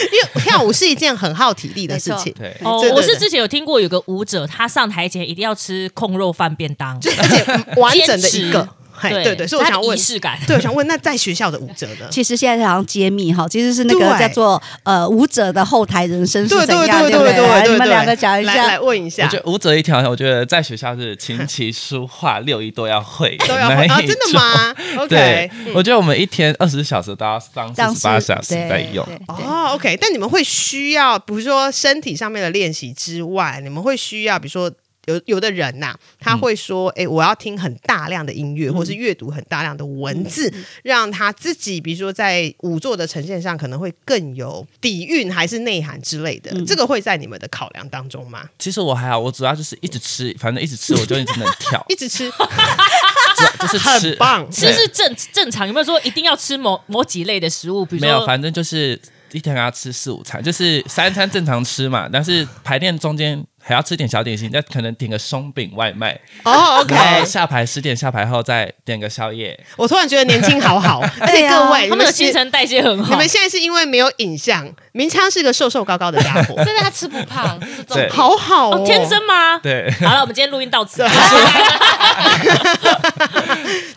Speaker 1: 因为跳舞是一件很耗体力的事
Speaker 4: 没错
Speaker 1: 情。
Speaker 3: 对，
Speaker 2: 哦
Speaker 1: 对，对
Speaker 2: 我是
Speaker 1: 对
Speaker 2: 之前有听过有个舞者，他上台前一定要吃控肉饭便当，
Speaker 1: 就而且完整的一
Speaker 2: 坚
Speaker 1: 个
Speaker 2: 持，
Speaker 1: 嘿对对，所以我
Speaker 2: 他的
Speaker 1: 想问
Speaker 2: 仪，式感。
Speaker 1: 对，我想问，那在学校的舞者呢？
Speaker 4: 其实现在好像揭秘哈，其实是那个
Speaker 1: 对
Speaker 4: 叫做呃舞者的后台人生是
Speaker 1: 对对
Speaker 4: 怎
Speaker 1: 对
Speaker 4: 样，
Speaker 1: 对
Speaker 4: 不
Speaker 1: 对
Speaker 4: 来
Speaker 1: 对，
Speaker 4: 你们两个
Speaker 1: 对
Speaker 4: 讲一
Speaker 1: 来
Speaker 4: 下
Speaker 1: 来。问一下
Speaker 3: 我觉，得舞者一条，我觉得在学校是琴棋书画六艺都要会，
Speaker 1: 都要会啊，真的？ 吗
Speaker 3: 对
Speaker 1: ？OK，，嗯
Speaker 3: 我觉得我们一天二十小时都要当四十八小时在用。
Speaker 4: 对对
Speaker 1: 哦，OK，但你们会需要，比如说身体上面的练习之外，你们会需要，比如说。有有的人呐、他会说：“诶，我要听很大量的音
Speaker 2: 嗯
Speaker 1: 乐，或是阅读很大量的文字，让他自己，比如说在舞作的呈现上，可能会更有底蕴还是内涵之类的。
Speaker 2: 嗯
Speaker 1: 这个会在你们的考量当中吗？，
Speaker 3: 其实我还好，我主要就是一直吃，反正一直吃，我就一直能 跳
Speaker 1: 一直 吃，
Speaker 3: 就就是吃，
Speaker 1: 很棒
Speaker 2: 吃
Speaker 3: 对
Speaker 2: 是正正常，有没有说一定要吃某某几类的食物？比如
Speaker 3: 没有，
Speaker 2: 说，
Speaker 3: 反正就是一天要吃四五餐，就是三餐正常吃嘛，但是排练中间还要吃点小点心，那可能点个松饼外卖，
Speaker 1: 哦，OK，
Speaker 3: 然后下排十点下排后再点个宵夜，
Speaker 1: 我突然觉得年轻好 好，而且各位，
Speaker 2: 啊他
Speaker 1: 哎你
Speaker 2: 们
Speaker 1: 们
Speaker 2: 的
Speaker 1: 是
Speaker 2: 新陈代谢很
Speaker 1: 你
Speaker 2: 好
Speaker 1: 们。现在是因为没有影像，明昌是个瘦瘦高高的家 伙，
Speaker 5: 真的他吃不 胖，这是重点
Speaker 3: 对。
Speaker 1: 好好
Speaker 2: 哦，天真吗？
Speaker 3: 对。
Speaker 2: 好了，我们今天录 音到此。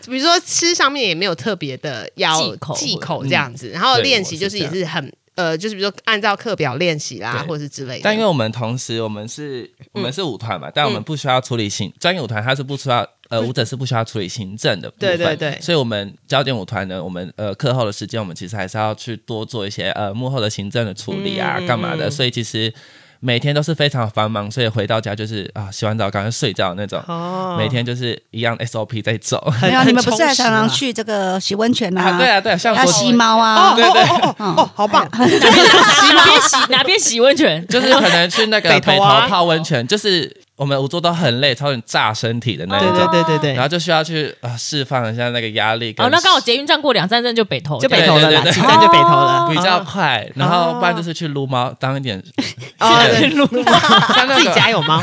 Speaker 1: 比如说吃上面也没有特别的要
Speaker 2: 忌口
Speaker 1: 忌口这样子，然后
Speaker 3: 对
Speaker 1: 练习
Speaker 3: 我
Speaker 1: 就是是
Speaker 3: 这
Speaker 1: 也
Speaker 3: 样
Speaker 1: 是很呃，就是比如说按照课表练习啦，
Speaker 3: 对
Speaker 1: 或者是之类的。
Speaker 3: 但因为我们同时我们是
Speaker 1: 嗯
Speaker 3: 我们是舞团嘛，但我们不需要处理行专业舞团，它是不需要呃舞者是不需要处理行政的部分，
Speaker 1: 对对对
Speaker 3: 所以我们焦点舞团呢，我们呃课后的时间，我们其实还是要去多做一些呃幕后的行政的处理啊，
Speaker 1: 嗯
Speaker 3: 干嘛
Speaker 1: 嗯
Speaker 3: 的，所以其实。每天都是非常繁忙，所以回到家就是啊，洗完澡赶快睡觉那种。
Speaker 1: 哦
Speaker 3: 每天就是一样 SOP 在走。
Speaker 1: 很
Speaker 4: 没有，你们不是
Speaker 1: 很充
Speaker 4: 还
Speaker 1: 实
Speaker 4: 常常
Speaker 1: 啊
Speaker 4: 去这个洗温泉
Speaker 3: 啊，对啊，对啊，像
Speaker 4: 要
Speaker 3: 我
Speaker 4: 吸猫啊，
Speaker 1: 哦哦哦哦哦，好棒！
Speaker 2: 哪边洗哪 边洗哪边洗温泉，
Speaker 3: 就是可能去那
Speaker 1: 北
Speaker 3: 个
Speaker 1: 投
Speaker 3: 北头
Speaker 1: 啊
Speaker 3: 泡温泉，就是我们五座都很累，超级炸身体的那一
Speaker 1: 对
Speaker 3: 种。
Speaker 1: 对对对对，
Speaker 3: 然后就需要去啊、呃释放一下那个压力跟。
Speaker 2: 哦，那刚好捷运站过两站站就北投，
Speaker 1: 就北投了啦，
Speaker 3: 对对对对
Speaker 1: 几站就北投了，
Speaker 3: 比较快，然后不然就是去撸猫，当一点去
Speaker 1: 路
Speaker 3: 像那
Speaker 1: 哦自己
Speaker 3: 个
Speaker 1: 家有猫。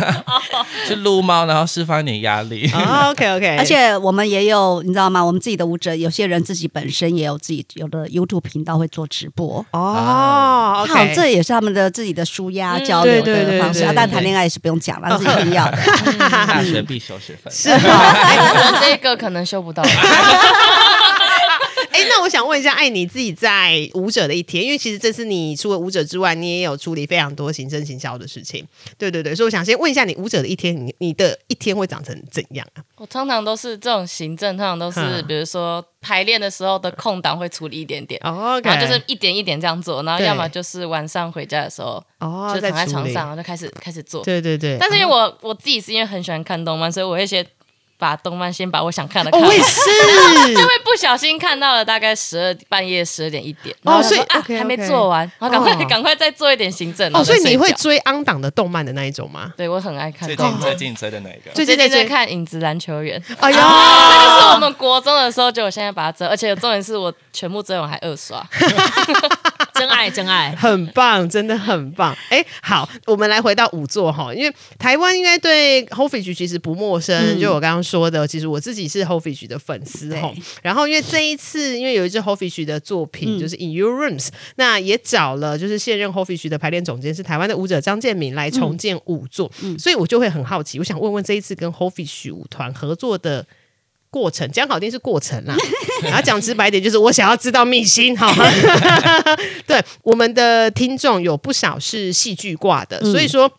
Speaker 3: 去撸猫，然后释放一点压力。
Speaker 1: OK OK，
Speaker 4: 而且我们也有，你知道吗？我们自己的舞者，有些人自己本身也有自己有的 YouTube 频道会做直播。
Speaker 1: 哦
Speaker 4: 好，
Speaker 1: ，OK，
Speaker 4: 这也是他们的自己的舒压
Speaker 5: 嗯
Speaker 4: 交流
Speaker 1: 对对对
Speaker 4: 的方式
Speaker 1: 对嗯
Speaker 4: 啊
Speaker 1: 对。
Speaker 4: 但谈恋爱也是不用讲 了，是一定要的。
Speaker 3: 大学必修学分。啊
Speaker 1: 是哈。
Speaker 5: 哎可能这个可能修 不到，
Speaker 1: 哎，那我想问一下，艾你自己在舞者的一天，因为其实这次你除了舞者之外，你也有处理非常多行政行销的事情。对对对，所以我想先问一下，你舞者的一天，你你的一天会长成怎样啊？
Speaker 5: 我通常都是这种行政，通常都是
Speaker 1: 嗯
Speaker 5: 比如说排练的时候的空档会处理一点点，
Speaker 1: 哦
Speaker 5: 然后就是一点一点这样做，然后
Speaker 1: 对
Speaker 5: 要么就是晚上回家的时候
Speaker 1: 哦，
Speaker 5: 就躺在
Speaker 1: 处
Speaker 5: 床
Speaker 1: 理
Speaker 5: 上，然。后就开始开始做。
Speaker 1: 对对对，
Speaker 5: 但是因为我我自己是因为很喜欢看动漫，所以我会先把动漫先把我想看的
Speaker 1: 哦，
Speaker 5: 看完，
Speaker 1: 我也，
Speaker 5: 就是 会不小心看到了大概十二半夜十二点一点，
Speaker 1: 哦
Speaker 5: 然后想说
Speaker 1: 所以
Speaker 5: 啊
Speaker 1: OK，OK
Speaker 5: 还没做完，然后赶快
Speaker 1: 哦
Speaker 5: 赶快再做一点行政。然
Speaker 1: 哦，
Speaker 5: 后
Speaker 1: 所
Speaker 5: 再
Speaker 1: 以你
Speaker 5: 睡
Speaker 1: 会
Speaker 5: 觉
Speaker 1: 追昂档的动漫的那一种吗？
Speaker 5: 对我很爱看
Speaker 3: 最
Speaker 5: 动
Speaker 3: 近
Speaker 5: 漫。
Speaker 3: 最近追的哪一个？
Speaker 1: 最
Speaker 5: 最
Speaker 1: 近
Speaker 5: 近
Speaker 1: 在追
Speaker 5: 在，看《影子篮球员》，
Speaker 1: 哎呦，
Speaker 5: 那就是我们国中的时候，就我现在把它追，而且重点是我全部追完还二刷。
Speaker 2: 真爱真爱。
Speaker 1: 很棒，真的很棒。哎，好，我们来回到五座哈，因为台湾应该对 h o f i s h 其实不陌生，就我刚刚说的，其实我自己是 h o f i s h 的粉丝哈。然后因为这一次，因为有一支 h o f i s h 的作品、就是 In Your Rooms，那也找了就是现任 h o f i s h 的排练总监是台湾的舞者张建民来重建五座，所以我就会很好奇，我想问问这一次跟 h o f i s h 舞团合作的。过程讲好听是过程啦，然后讲直白一点就是我想要知道秘辛，好吗？ 对，我们的听众有不少是戏剧挂的，
Speaker 4: 嗯
Speaker 1: 所以说。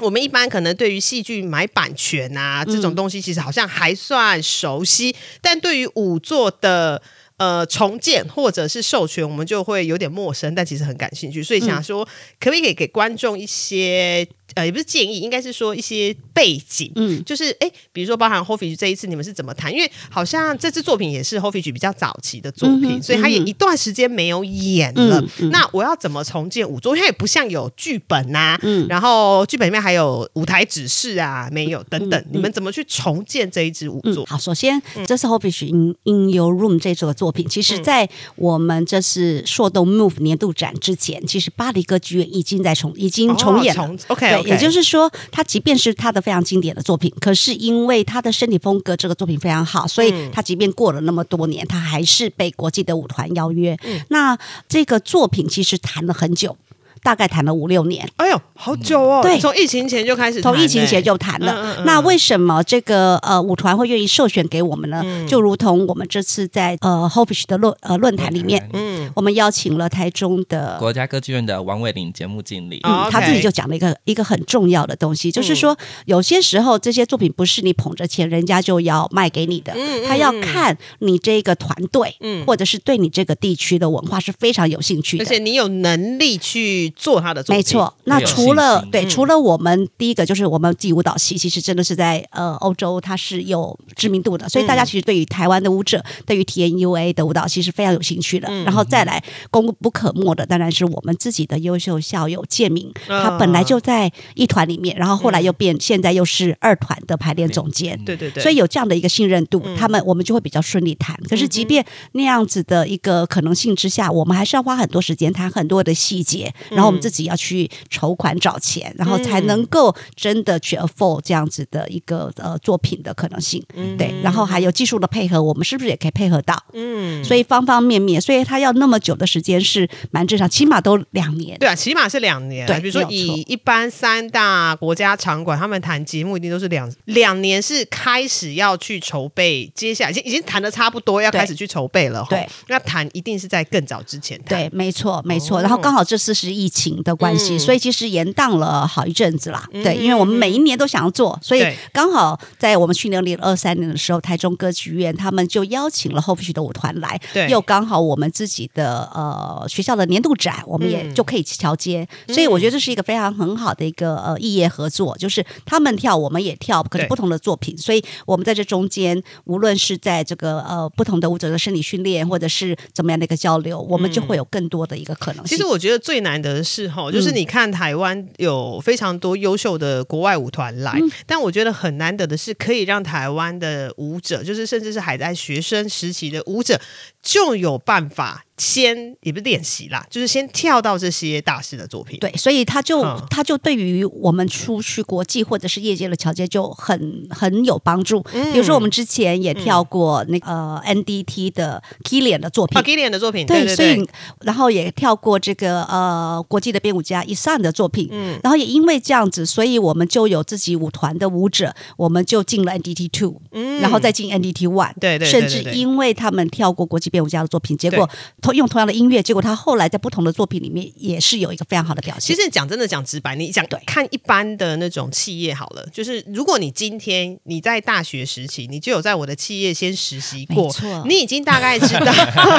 Speaker 1: 我们一般可能对于戏剧买版权啊
Speaker 4: 嗯
Speaker 1: 这种东西，其实好像还算熟悉，但对于五座的呃重建或者是授权，我们就会有点陌生，但其实很感兴趣，所以
Speaker 4: 嗯
Speaker 1: 想说，可不可以给给观众一些呃，也不是建议，应该是说一些背景，
Speaker 4: 嗯，
Speaker 1: 就是哎，诶比如说包含 h o f i s h 这一次你们是怎么谈？因为好像这支作品也是 h o f i s h 比较早期的作品，
Speaker 4: 嗯哼
Speaker 1: 所以他也
Speaker 4: 嗯哼
Speaker 1: 一段时间没有演了。
Speaker 4: 嗯嗯
Speaker 1: 那我要怎么重建五座？因为它也不像有剧本呐、
Speaker 4: 嗯
Speaker 1: 然后剧本里面还有舞台指示啊，没有等等，
Speaker 4: 嗯嗯
Speaker 1: 你们怎么去重建这一支舞
Speaker 4: 嗯
Speaker 1: 座，？
Speaker 4: 好，首先，这是 Hobish in in Your Room 这首作品，其
Speaker 1: 嗯
Speaker 4: 实，在我们这是硕动 Move 年度展之前，其实巴黎歌剧院已经在重已经嗯重演了。
Speaker 1: 哦重 OK，, o
Speaker 4: 对，也就是说，它即便是他的非常经典的作品，可是因为他的身体风格这个作品非常好，所以
Speaker 1: 嗯
Speaker 4: 他即便过了那么多年，他还是被国际的舞团邀约。
Speaker 1: 嗯
Speaker 4: 那这个作品其实谈了很久，大概谈了五六年。
Speaker 1: 哎呦，好久哦，
Speaker 4: 嗯对
Speaker 1: 从疫情前就开始谈
Speaker 4: 从
Speaker 1: 欸，
Speaker 4: 疫情前就谈了。
Speaker 1: 嗯嗯嗯
Speaker 4: 那为什么这个呃舞团会愿意授权给我们呢？
Speaker 1: 嗯
Speaker 4: 就如同我们这次在呃 Hopish 的论呃论坛里面，
Speaker 1: 嗯，
Speaker 4: 我们邀请了台中的
Speaker 3: 国家歌剧院的王伟林节目经理。
Speaker 1: 哦
Speaker 4: 嗯，他自
Speaker 1: OK 嗯
Speaker 4: 己就讲了一个一个很重要的东西，就是说有些时候这些作品不是你捧着钱人家就要卖给你的，
Speaker 1: 嗯
Speaker 4: 他要看你这个团队，或者是对你这个地区的文化是非常有兴趣
Speaker 1: 而
Speaker 4: 的。
Speaker 1: 且你有能力去做他的作品，
Speaker 4: 没错，
Speaker 3: 要
Speaker 4: 那
Speaker 3: 有
Speaker 4: 除
Speaker 3: 信
Speaker 4: 了
Speaker 3: 心
Speaker 4: 对，
Speaker 1: 嗯
Speaker 4: 除了我们第一个就是我们自己舞蹈系，其实真的是在呃欧洲它是有知名度的，所以大
Speaker 1: 嗯
Speaker 4: 家其实对于台湾的舞者，对于 TNUA 的舞蹈系是非常有兴趣的。
Speaker 1: 嗯
Speaker 4: 然后再来功不可没的，当然是我们自己的优秀校友建明，
Speaker 1: 啊
Speaker 4: 他本来就在一团里面，然后后来又变，现在又是二团的排练总监。
Speaker 1: 嗯对对对，嗯
Speaker 4: 所以有这样的一个信任度，他们我们就会比较顺利谈。可是即
Speaker 1: 嗯
Speaker 4: 便那样子的一个可能性之下，我们还是要花很多时间谈很多的细节，然后我们自己要去筹款找钱，然后才能够真的去 afford 这样子的一个呃作品的可能性。对，然后还有技术的配合，我们是不是也可以配合到？
Speaker 1: 嗯，
Speaker 4: 所以方方面面，所以他要那么久的时间是蛮正常，起码都两年。
Speaker 1: 对啊，起码是两年。
Speaker 4: 对
Speaker 1: 比如说
Speaker 4: 没有错
Speaker 1: 以一般三大国家场馆，他们谈节目一定都是两两年是开始要去筹备，接下来已经已经谈的差不多，要
Speaker 4: 对
Speaker 1: 开始去筹备了。吼
Speaker 4: 对，
Speaker 1: 那谈一定是在更早之前谈。
Speaker 4: 对，没错，没错。然后刚好这次是疫情的关系，
Speaker 1: 哦嗯
Speaker 4: 所以其实延宕了好一阵子啦。
Speaker 1: 嗯
Speaker 4: 对，因为我们每一年都想要做，所以
Speaker 1: 对
Speaker 4: 刚好在我们去年二零二三年的时候，台中歌剧院他们就邀请了后续的舞团来，
Speaker 1: 对
Speaker 4: 又刚好我们自己的呃学校的年度展，我们也
Speaker 1: 嗯
Speaker 4: 就可以桥接。所以我觉得这是一个非常很好的一个呃异业合作，就是他们跳我们也跳，可是
Speaker 1: 对
Speaker 4: 不同的作品，所以我们在这中间，无论是在这个呃不同的舞者的生理训练，或者是怎么样的一个交流，我们就会有更多的一个可能
Speaker 1: 嗯其
Speaker 4: 性。
Speaker 1: 实我觉得最难得的是吼，
Speaker 4: 嗯
Speaker 1: 就是你看台湾有非常多优秀的国外舞团来，
Speaker 4: 嗯
Speaker 1: 但我觉得很难得的是可以让台湾的舞者，就是甚至是还在学生时期的舞者，就有办法先也不是练习啦，就是先跳到这些大师的作品。
Speaker 4: 对，所以他就、
Speaker 1: 嗯
Speaker 4: 他就对于我们出去国际或者是业界的桥接就很很有帮助。比如说
Speaker 1: 嗯
Speaker 4: 我们之前也跳过那个、呃 NDT 的 Kilian 的作品
Speaker 1: 啊 g i l l i a n 的作品，
Speaker 4: 对
Speaker 1: 对
Speaker 4: 所
Speaker 1: 对，
Speaker 4: 以然后也跳过这个呃国际的编舞家伊善的作品，嗯，然后也因为这样子，所以我们就有自己舞团的舞者，我们就进了 NDT Two，
Speaker 1: 嗯
Speaker 4: 然后再进 NDT One，
Speaker 1: 对对对
Speaker 4: 甚
Speaker 1: 对
Speaker 4: 至
Speaker 1: 对
Speaker 4: 因为他们跳过国际编舞家的作品，结果同用同样的音乐，结果他后来在不同的作品里面也是有一个非常好的表
Speaker 1: 其
Speaker 4: 现。
Speaker 1: 实讲真的，讲直白，你讲
Speaker 4: 对
Speaker 1: 看一般的那种企业好了，就是如果你今天你在大学时期，你就有在我的企业先实习
Speaker 4: 没
Speaker 1: 过
Speaker 4: 错，
Speaker 1: 你已经大概知道，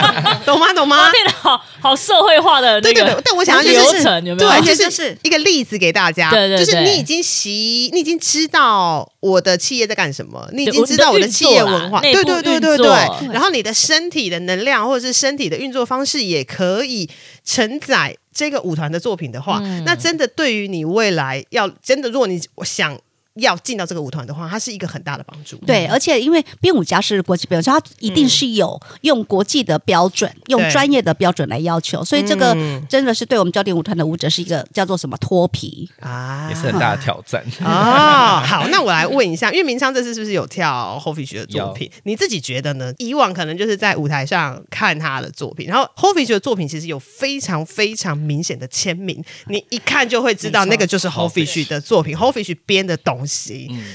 Speaker 1: 懂吗？懂吗？
Speaker 5: 变得好好社会化的
Speaker 1: 对
Speaker 5: 那
Speaker 1: 对对
Speaker 5: 个，
Speaker 1: 但我想要就是
Speaker 5: 流程有没
Speaker 1: 对，
Speaker 5: 有？
Speaker 4: 完全
Speaker 1: 就
Speaker 4: 就是
Speaker 1: 是一个例子给大家，
Speaker 5: 对对对
Speaker 1: 就是你已经习，你已经知道我的企业在干什么，你已经知道
Speaker 5: 我
Speaker 1: 我
Speaker 5: 的
Speaker 1: 的企业文化，
Speaker 5: 运
Speaker 1: 对
Speaker 5: 作啦
Speaker 1: 对
Speaker 5: 内部
Speaker 1: 对对
Speaker 5: 运作
Speaker 1: 对，然后你的身体的能量或者是身体的运作方式也可以承载。这个舞团的作品的话，
Speaker 5: 嗯
Speaker 1: 那真的对于你未来要真的，如果你想要进到这个舞团的话，它是一个很大的帮助。
Speaker 4: 对，而且因为编舞家是国际标准，所以他一定是有用国际的标准、用
Speaker 1: 对
Speaker 4: 专业的标准来要求，所以这个
Speaker 1: 嗯
Speaker 4: 真的是对我们焦点舞团的舞者是一个叫做什么脱皮。
Speaker 1: 啊，
Speaker 3: 也是很大的挑战。
Speaker 1: 哦，好，那我来问一下，因为明昌这次是不是有跳 Hofish 的作品？你自己觉得呢？以往可能就是在舞台上看他的作品，然后 Hofish 的作品其实有非常非常明显的签名，你一看就会知道
Speaker 4: 没错
Speaker 1: 那个就是 Hofish 的作
Speaker 3: 嗯
Speaker 1: 品，Hofish 编的东西。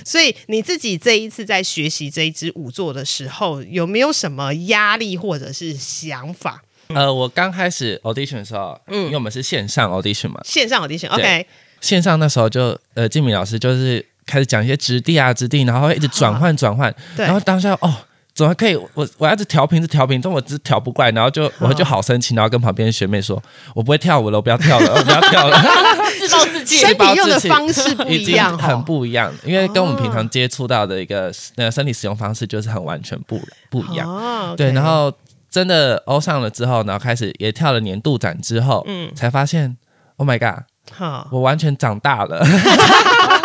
Speaker 1: 所以你自己这一次在学习这一支舞作的时候，有没有什么压力或者是想法？
Speaker 3: 呃，我刚开始 audition 的时候，
Speaker 1: 嗯
Speaker 3: 因为我们是线上 audition 嘛，
Speaker 1: 线上 audition，OK，、
Speaker 3: 线上那时候就呃，静敏老师就是开始讲一些质地啊、质地，然后会一直转换转换，
Speaker 1: 对
Speaker 3: 然后当下哦。怎么可以？我我要一直调频，一直调频，但我只调不过来，然后就我
Speaker 1: 嗯
Speaker 3: 就好生气，然后跟旁边的学妹说：“我不会跳舞了，我不要跳了，我不要跳了。”
Speaker 5: 自暴自弃。
Speaker 1: 身体用 的
Speaker 3: 自己
Speaker 1: 方式不
Speaker 3: 已
Speaker 1: 一
Speaker 3: 经
Speaker 1: 样，
Speaker 3: 很
Speaker 1: 哦
Speaker 3: 不一样，因为跟我们平常接触到的一个呃身体使用方式就是很完全不不一样。
Speaker 1: 哦，OK
Speaker 3: 对，然后真的欧上了之后，然后开始也跳了年度展之后，嗯，才发现，Oh my god，
Speaker 1: 好。
Speaker 3: 我完全长大 了，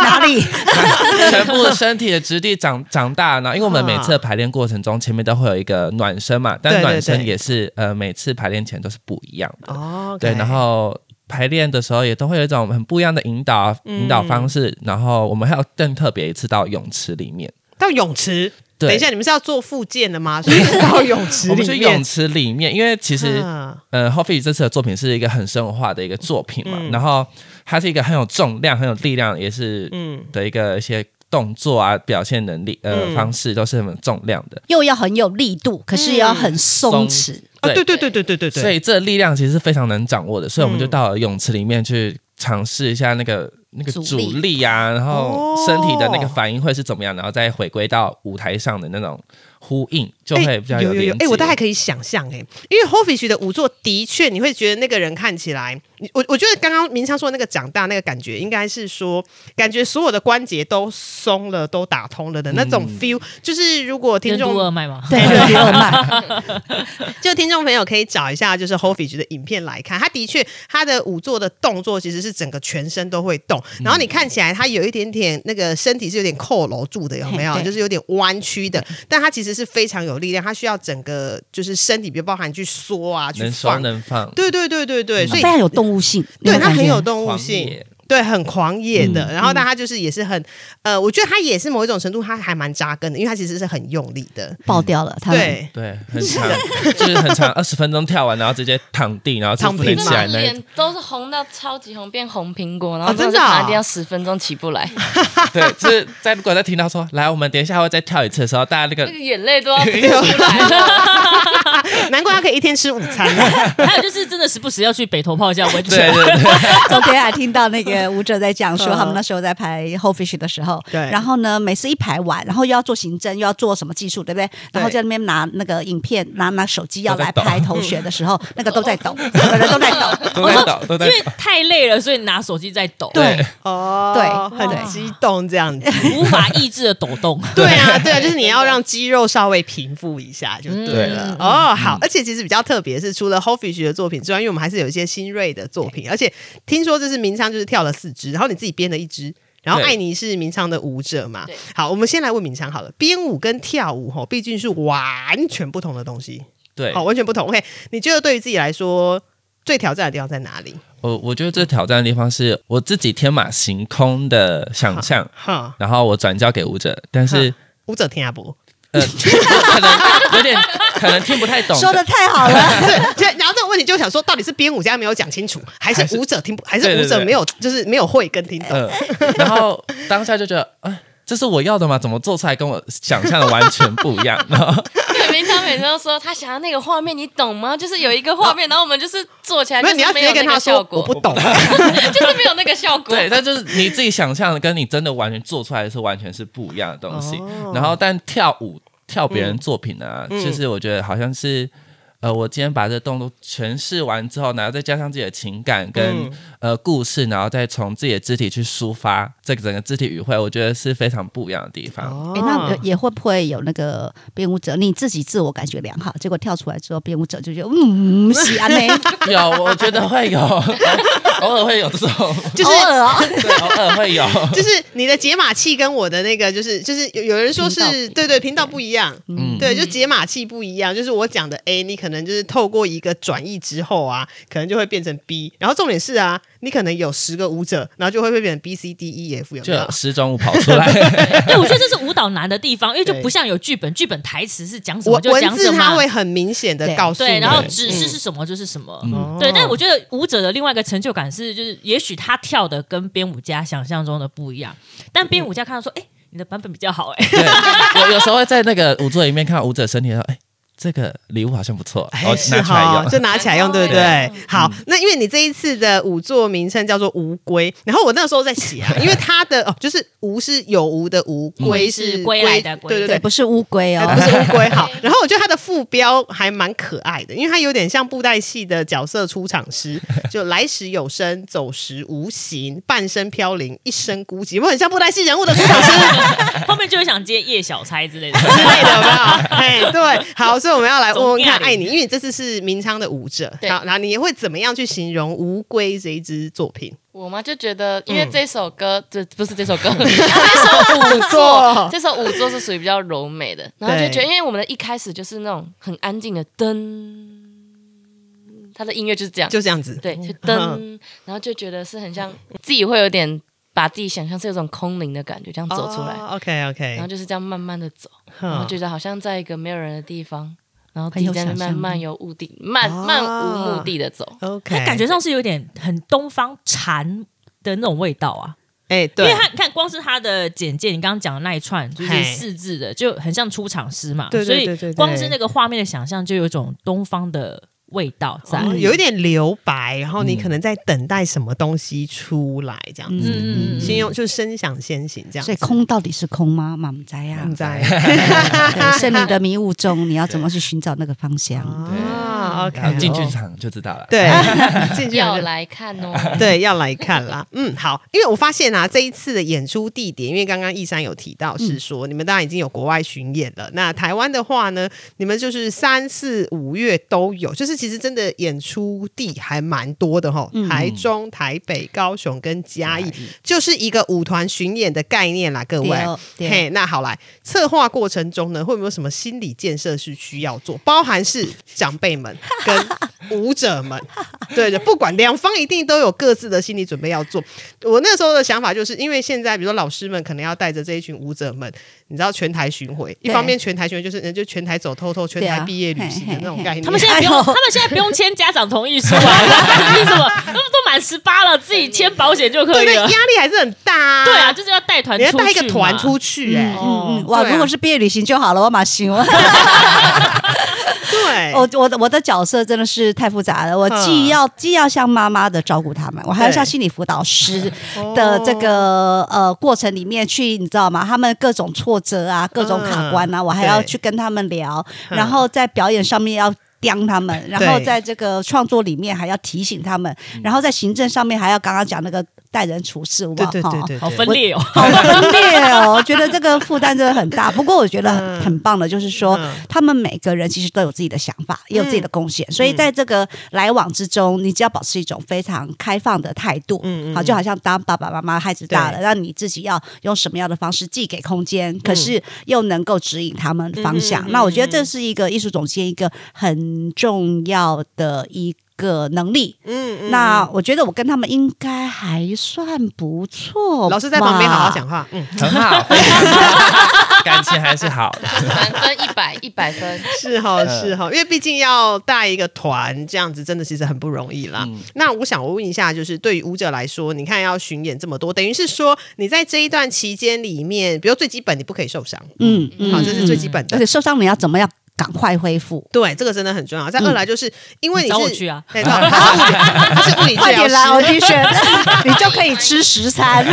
Speaker 4: 哪里？
Speaker 3: 全部的身体的质地长长大。然后，因为我们每次的排练过程中，前面都会有一个暖身嘛，
Speaker 1: 对
Speaker 3: 但
Speaker 1: 对
Speaker 3: 暖身
Speaker 1: 对
Speaker 3: 也是呃每次排练前都是不一样的。
Speaker 1: 哦，OK，
Speaker 3: 对，然后排练的时候也都会有一种很不一样的引导
Speaker 1: 嗯
Speaker 3: 引导方式，然后我们还有更特别一次到泳池里面，
Speaker 1: 到泳池。
Speaker 3: 对
Speaker 1: 等一下，你们是要做复健的吗？所 以是到泳池
Speaker 3: 我
Speaker 1: 里
Speaker 3: 们去
Speaker 1: 面。
Speaker 3: 泳池里面，因为其实。
Speaker 1: 啊
Speaker 3: 呃 h o f f y 这次的作品是一个很生活化的一个作品嘛，
Speaker 1: 嗯
Speaker 3: 然后它是一个很有重量、很有力量，也是
Speaker 1: 嗯
Speaker 3: 的一个一些动作啊、表现能力呃、方式都是很有重量的，
Speaker 4: 又要很有力度，可是也要很松弛。
Speaker 1: 啊，对对对对对对对，
Speaker 3: 所以这力量其实是非常难掌握的，所以我
Speaker 1: 嗯
Speaker 3: 们就到了泳池里面去尝试一下那个那个
Speaker 4: 阻力
Speaker 3: 阻力啊，然后
Speaker 1: 哦
Speaker 3: 身体的那个反应会是怎么样，然后再回归到舞台上的那种呼应，就
Speaker 1: 哎
Speaker 3: 会比较
Speaker 1: 有有
Speaker 3: 连接。
Speaker 1: 哎，我大概可以想象哎，因为 Hofish 的舞作的确，你会觉得那个人看起来，你我我觉得刚刚明昌说的那个长大那个感觉，应该是说感觉所有的关节都松了，都打通了的那种
Speaker 3: 嗯
Speaker 1: feel，、就是如果听
Speaker 2: 任督
Speaker 1: 众
Speaker 2: 二脉嘛，
Speaker 4: 对，对对，二 脉，
Speaker 1: 就听众朋友可以找一下，就是 Hofish 的影片来看，他的确他的舞做的动作其实是整个全身都会动，
Speaker 3: 嗯
Speaker 1: 然后你看起来他有一点点那个身体是有点扣楼住的，有没有？
Speaker 4: 嘿对
Speaker 1: 就是有点弯曲的，但他其实是非常有力量，它需要整个就是身体，比如包含去缩啊，去
Speaker 3: 能收
Speaker 1: 放。
Speaker 3: 能放，
Speaker 1: 对对对对对，所
Speaker 4: 非
Speaker 1: 以
Speaker 4: 常嗯有动物性，
Speaker 1: 对
Speaker 4: 那种
Speaker 1: 它
Speaker 4: 感觉
Speaker 1: 很有动物
Speaker 3: 狂
Speaker 1: 性。
Speaker 3: 野
Speaker 1: 对，很狂野的。
Speaker 4: 嗯
Speaker 1: 然后，但他就是也是很，呃，我觉得他也是某一种程度，他还蛮扎根的，因为他其实是很用力的。
Speaker 4: 爆掉了，它 们
Speaker 1: 对，
Speaker 3: 对，很长，就是很长，二十分钟跳完，然后直接躺地，然后就
Speaker 1: 躺
Speaker 3: 不
Speaker 1: 平
Speaker 3: 能
Speaker 5: 真
Speaker 3: 起来
Speaker 5: 的
Speaker 3: 那一
Speaker 5: 脸都是红到超级红，变红苹果，然
Speaker 1: 哦
Speaker 5: 后真的
Speaker 1: 真
Speaker 5: 是
Speaker 1: 的哦
Speaker 5: 躺在地上十分钟起不 来，
Speaker 3: 对，就是在如果在听到说来，我们等一下会再跳一次的时候，大家那
Speaker 5: 那
Speaker 3: 个
Speaker 5: 个眼泪都要流出来了。
Speaker 1: 难怪他可以一天吃午餐啊。
Speaker 2: 还有就是真的时不时要去北投泡一下温
Speaker 3: 对
Speaker 2: 泉，
Speaker 3: 对对，
Speaker 4: 昨天还听到那个舞者在讲说，
Speaker 1: 嗯
Speaker 4: 他们那时候在排《后 fish》的时候，
Speaker 1: 对
Speaker 4: 然后呢，每次一排完，然后又要做行政，又要做什么技术，对不对？然后在那边拿那个影片，拿拿手机要来
Speaker 3: 都在抖
Speaker 4: 拍同学的时 候，那个都在抖，整个人都在抖。
Speaker 3: 都在倒，都
Speaker 2: 因
Speaker 3: 在
Speaker 2: 为
Speaker 3: 倒，
Speaker 2: 太累了，所以拿手机在抖，
Speaker 3: 对，
Speaker 1: 哦，
Speaker 4: 对
Speaker 1: 很激动这样子。
Speaker 2: 无法抑制的抖动。
Speaker 1: 对啊，对啊，就是你要让肌肉稍微平复一下就对了。哦，好，而且其实比较特别是，除了 Hofish 的作品之外，因为我们还是有一些新锐的作品，而且听说这是明昌就是跳了四支，然后你自己编了一支。然后
Speaker 3: 对
Speaker 1: 艾妮是明昌的舞者嘛
Speaker 5: 对？
Speaker 1: 好，我们先来问明昌好了。编舞跟跳舞吼，毕竟是完全不同的东西，
Speaker 3: 对
Speaker 1: 好，，完全不同。OK，你觉得对于自己来说最挑战的地方在哪里？
Speaker 3: 我我觉得最挑战的地方是我自己天马行空的想象，
Speaker 1: 哈，
Speaker 3: 然后我转交给舞者，但是
Speaker 1: 舞者听阿伯，
Speaker 3: 呃，可能有点可能听不太懂，
Speaker 4: 说的太好 了，
Speaker 1: 对，就然后这个问题就想说，到底是编舞家没有讲清楚，还
Speaker 3: 还
Speaker 1: 是
Speaker 3: 是
Speaker 1: 舞者听不，还
Speaker 3: 对
Speaker 1: 是
Speaker 3: 对
Speaker 1: 舞者
Speaker 3: 对
Speaker 1: 没有，就是没有会跟听懂？
Speaker 3: 呃，然后当下就觉得，哎，这是我要的吗？怎么做出来跟我想象的完全不一样？ 然后
Speaker 5: 对，明昌每次都说他想要那个画面，你懂吗？就是有一个 画面，然后我们就是做起来，
Speaker 1: 啊没
Speaker 5: 呃就
Speaker 1: 有，你
Speaker 5: 是
Speaker 1: 要直
Speaker 5: 没
Speaker 1: 接
Speaker 5: 有
Speaker 1: 跟
Speaker 5: 那
Speaker 1: 他
Speaker 5: 个
Speaker 1: 说
Speaker 5: 效
Speaker 1: 我
Speaker 5: 果
Speaker 1: 不，懂。
Speaker 5: 就是没有那个效果。
Speaker 3: 对，但就是你自己想象的跟你真的完全做出来的是完全是不一样的东西。
Speaker 1: 哦
Speaker 3: 然后，但跳舞跳别人作品呢、啊，
Speaker 1: 嗯
Speaker 3: 就是我觉得好像是。呃，我今天把这个动作诠释完之后，然后再加上自己的情感跟、
Speaker 1: 嗯
Speaker 3: 呃故事，然后再从自己的肢体去抒发这个整个肢体语汇，我觉得是非常不一样的地方。
Speaker 1: 哦哎
Speaker 4: 诶哎那呃也会不会有那个编舞者你自己自我感觉良好，结果跳出来之后，编舞者就觉得 嗯，喜安呢，
Speaker 3: 有，我觉得会有， 偶尔会有这种，
Speaker 1: 就是
Speaker 4: 偶尔哦
Speaker 3: 对，偶尔会有。
Speaker 1: 就是你的解码器跟我的那个，就是就是有有人说
Speaker 4: 频道不
Speaker 1: 是
Speaker 4: 一样
Speaker 1: 对对频道不一样，
Speaker 3: 嗯，
Speaker 1: 对，就解码器不一样。就是我讲的 A，你可能就是透过一个转译之后啊，可能就会变成 B。然后重点是啊，你可能有十个舞者，然后就会变成 B、C、D、E、F，有
Speaker 3: 就
Speaker 1: 没有
Speaker 3: 有？十种舞跑出来。
Speaker 2: 对，我觉得这是舞蹈难的地方，因为就
Speaker 1: 对
Speaker 2: 不像有剧本，剧本台词是讲什么
Speaker 1: 文
Speaker 2: 就
Speaker 1: 文
Speaker 2: 讲
Speaker 1: 字
Speaker 2: 什
Speaker 1: 它
Speaker 2: 么啊
Speaker 1: 会，很明显的
Speaker 4: 对
Speaker 1: 告诉你，
Speaker 2: 对，然后
Speaker 3: 对
Speaker 2: 指示是什么就是什么。
Speaker 3: 嗯，
Speaker 1: 哦
Speaker 2: 对，但我觉得舞者的另外一个成就感是，就是也许他跳的跟编舞家想象中的不一样，但编舞家看到说，哎、你的版本比较好、 哎，
Speaker 3: 对，有有时候会在那个舞座里面看到舞者身体说，哎，这个礼物好像不错，
Speaker 1: 哎，
Speaker 3: 我
Speaker 1: 是
Speaker 3: 哦拿出来
Speaker 1: 哈，就
Speaker 3: 用。嗯
Speaker 1: 拿起来 用，对不对
Speaker 5: 对？
Speaker 1: 好，那因为你这一次的五座名称叫做吴龟，然后我那时候在写 啊，因为它的哦，就是吴是有吴的吴，龟
Speaker 2: 嗯是
Speaker 1: 是
Speaker 2: 归来的龟
Speaker 1: 对对
Speaker 4: 对，
Speaker 1: 对。
Speaker 4: 不是乌龟
Speaker 1: 呃
Speaker 4: 哦
Speaker 1: 不。是乌龟 好，然后我觉得它的副标还蛮可爱的，因为它有点像布袋戏的角色出场诗，就来时有声，走时无形，半身飘零，一身孤寂，有没有很像布袋戏人物的出场诗？
Speaker 2: 后面就会想接叶小钗之 类的。
Speaker 1: 之类的，有没有？ 哎，对，好，所以我们要来问问看
Speaker 2: 总亚
Speaker 1: 爱你，
Speaker 2: 里
Speaker 1: 因为你这次是明昌的舞者，
Speaker 5: 啊对
Speaker 1: 好，然后你会怎么样去形容《无龟》这一支作品？
Speaker 5: 我妈就觉得，因为
Speaker 4: 嗯
Speaker 5: 这首歌，这、不是这首 歌， 这首舞
Speaker 1: 作
Speaker 5: 作，这首舞作是属于比较柔美的，然后就
Speaker 1: 对
Speaker 5: 觉得，因为我们的一开始就是那种很安静的噔，它的音乐就是这样，
Speaker 1: 就这样子，
Speaker 4: 嗯
Speaker 1: 嗯
Speaker 5: 对，就噔，然后就觉得是很像自己会有点把自己想象是有种空灵的感觉，这样走出
Speaker 4: 哦
Speaker 5: 来，
Speaker 1: OK
Speaker 5: 然后
Speaker 1: OK，
Speaker 5: 就是这样慢慢的走，
Speaker 1: 嗯
Speaker 5: 然后觉得好像在一个没有人的地方，然后
Speaker 4: 嗯
Speaker 5: 自
Speaker 4: 很有
Speaker 5: 己在那
Speaker 4: 想
Speaker 5: 边
Speaker 4: 象力
Speaker 5: 漫游无地，漫
Speaker 1: 哦
Speaker 5: 漫无目的的走。
Speaker 1: OK，
Speaker 2: 它感觉上是有点很东方禅的那种味道啊，
Speaker 1: 哎，
Speaker 2: 因
Speaker 1: 对，
Speaker 2: 为它你看光是它的简介，你刚刚讲的那一串就是
Speaker 1: 嘿
Speaker 2: 四字的，就很像出场诗嘛，
Speaker 1: 对对对对
Speaker 2: 所
Speaker 1: 对
Speaker 2: 以光是那个画面的想象就有一种东方的味道在。
Speaker 1: 哦有一点留白，然后你
Speaker 3: 嗯
Speaker 1: 可能在等待什么东西出来，这样子，
Speaker 2: 嗯
Speaker 1: 先用就是声响先行这样
Speaker 4: 所
Speaker 1: 子嗯
Speaker 4: 以。空到底是空吗？妈妈在
Speaker 5: 啊
Speaker 4: 呀
Speaker 1: 你，在
Speaker 4: 哦对，森林的迷雾中，你要怎么去寻找那个方向？
Speaker 1: 啊
Speaker 3: 然后
Speaker 1: OK，
Speaker 3: 进剧场就知道了。
Speaker 1: 对，进去
Speaker 5: 要
Speaker 1: 了
Speaker 5: 来看哦。
Speaker 1: 对，要来看啦。嗯，好，因为我发现啊，这一次的演出地点，因为刚刚易山有提到是说，你们当然已经有国外巡演了。那台湾的话呢，你们就是三四五月都有，就是其实真的演出地还蛮多的
Speaker 4: 嗯
Speaker 1: 哈，台中、台北、高雄跟嘉义，就是一个舞团巡演的概念啦，各位
Speaker 4: 对哦。对
Speaker 1: 嘿，那好来，策划过程中呢，会不会有什么心理建设是需要做？包含是长辈们跟舞者 们，对的，不管两方一定都有各自的心理准备要做。我那时候的想法就是，因为现在比如说老师们可能要带着这一群舞者们，你知道全台巡回，一
Speaker 4: 对
Speaker 1: 方面全台巡回就是人就全台走透透，全
Speaker 4: 对
Speaker 1: 台
Speaker 4: 啊
Speaker 1: 毕业旅行的那种
Speaker 4: 嘿嘿嘿
Speaker 1: 概念。
Speaker 2: 他们现在不用，
Speaker 4: 哎呦
Speaker 2: 他们现在不用签家长同意书啊， 为什么？他们都满十八了，自己签保险就可
Speaker 1: 对
Speaker 2: 以
Speaker 1: 对压
Speaker 2: 了。
Speaker 1: 力还是很大、啊。
Speaker 2: 对啊，，就是要带团
Speaker 1: 你要
Speaker 2: 出去，
Speaker 1: 带一个团，出去哎、
Speaker 4: 嗯
Speaker 2: 哦
Speaker 4: 嗯，哇！
Speaker 1: 对啊
Speaker 4: 如果是毕业旅行就好了，我马啊行。我
Speaker 1: 对，
Speaker 4: 我我的我的角色真的是太复杂了，我
Speaker 1: 嗯
Speaker 4: 既要既要像妈妈的照顾他们，我还要
Speaker 1: 对哦
Speaker 4: 像心理辅导师的这个呃过程里面去，你知道吗？他们各种挫折啊，各种卡关啊，我还要
Speaker 1: 嗯对
Speaker 4: 去跟他们聊，
Speaker 1: 嗯
Speaker 4: 然后在表演上面要。刁他们，然后
Speaker 1: 对嗯
Speaker 4: 在这个创作里面还要提醒他们，然后在行政上面还要刚刚讲那个待人处事，好不
Speaker 1: 对
Speaker 4: 好
Speaker 1: 对对对，
Speaker 2: 好
Speaker 1: 对
Speaker 2: 分裂哦。
Speaker 4: 好分裂哦， 我觉得这个负担真的很大。不过我觉得
Speaker 1: 嗯
Speaker 4: 很很棒的，就是说、
Speaker 1: 嗯
Speaker 4: 他们每个人其实都有自己的想法，也有自己的贡献。所以在这个来往之中，你只要保持一种非常开放的态度，
Speaker 1: 嗯嗯
Speaker 4: 好，就好像当爸爸妈妈孩子大了，
Speaker 1: 对
Speaker 4: 让你自己要用什么样的方式既给空间，可是又能够指引他们方向。
Speaker 1: 嗯哼
Speaker 4: 那我觉得这是一个艺术总监一个很重要的一个能力。
Speaker 1: 嗯嗯
Speaker 4: 那我觉得我跟他们应该还算不错。
Speaker 1: 老师在旁边好好。讲话，嗯，
Speaker 3: 很好， 感情还是好的。
Speaker 5: 满分一 百，一百分。
Speaker 1: 是哈
Speaker 3: 嗯
Speaker 1: 是哈，因为毕竟要带一个团这样子，真的其实很不容易啦。
Speaker 3: 嗯
Speaker 1: 那我想问一下，就是对于舞者来说，你看要巡演这么多，等于是说你在这一段期间里面，比如最基本你不可以受伤，
Speaker 4: 嗯，嗯
Speaker 1: 好，这是最基
Speaker 4: 嗯
Speaker 1: 本的。
Speaker 4: 而且受伤你要怎么样赶快恢复？
Speaker 1: 对，这个真的很重要。再二
Speaker 4: 嗯
Speaker 1: 来就是、因为你
Speaker 2: 你找我
Speaker 1: 是哎
Speaker 2: 去啊
Speaker 1: 对，找他是物理 他是物理
Speaker 4: 快
Speaker 1: 治疗
Speaker 4: 点来
Speaker 1: 师，
Speaker 4: audition，你 就可以吃十餐。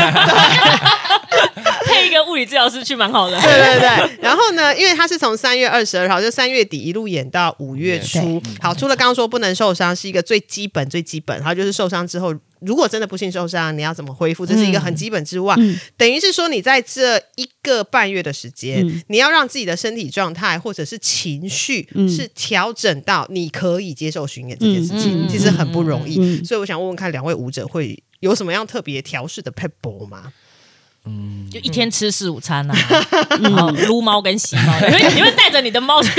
Speaker 2: 配一个物理治疗师去蛮好的。
Speaker 1: 对 对对，然后呢，因为他是从三月二十二号，就三月底一路演到五月初。好，除了刚刚说不能受伤是一个最基本最基本，还有就是受伤之后，如果真的不幸受伤，你要怎么恢复，这是一
Speaker 4: 嗯
Speaker 1: 个很基本之外，等于是说你在这一个半月的时间，
Speaker 4: 嗯
Speaker 1: 你要让自己的身体状态或者是情绪、
Speaker 4: 嗯
Speaker 1: 是调整到你可以接受巡演这件事情，
Speaker 5: 嗯嗯
Speaker 1: 其实很不容易。
Speaker 4: 嗯
Speaker 1: 所以我想问问看，两位舞者会有什么样特别调试的 p e b b l 吗？
Speaker 2: 就一天吃四五餐啊，
Speaker 1: 嗯
Speaker 2: 然后撸猫跟洗猫， 你会你会带着你的猫去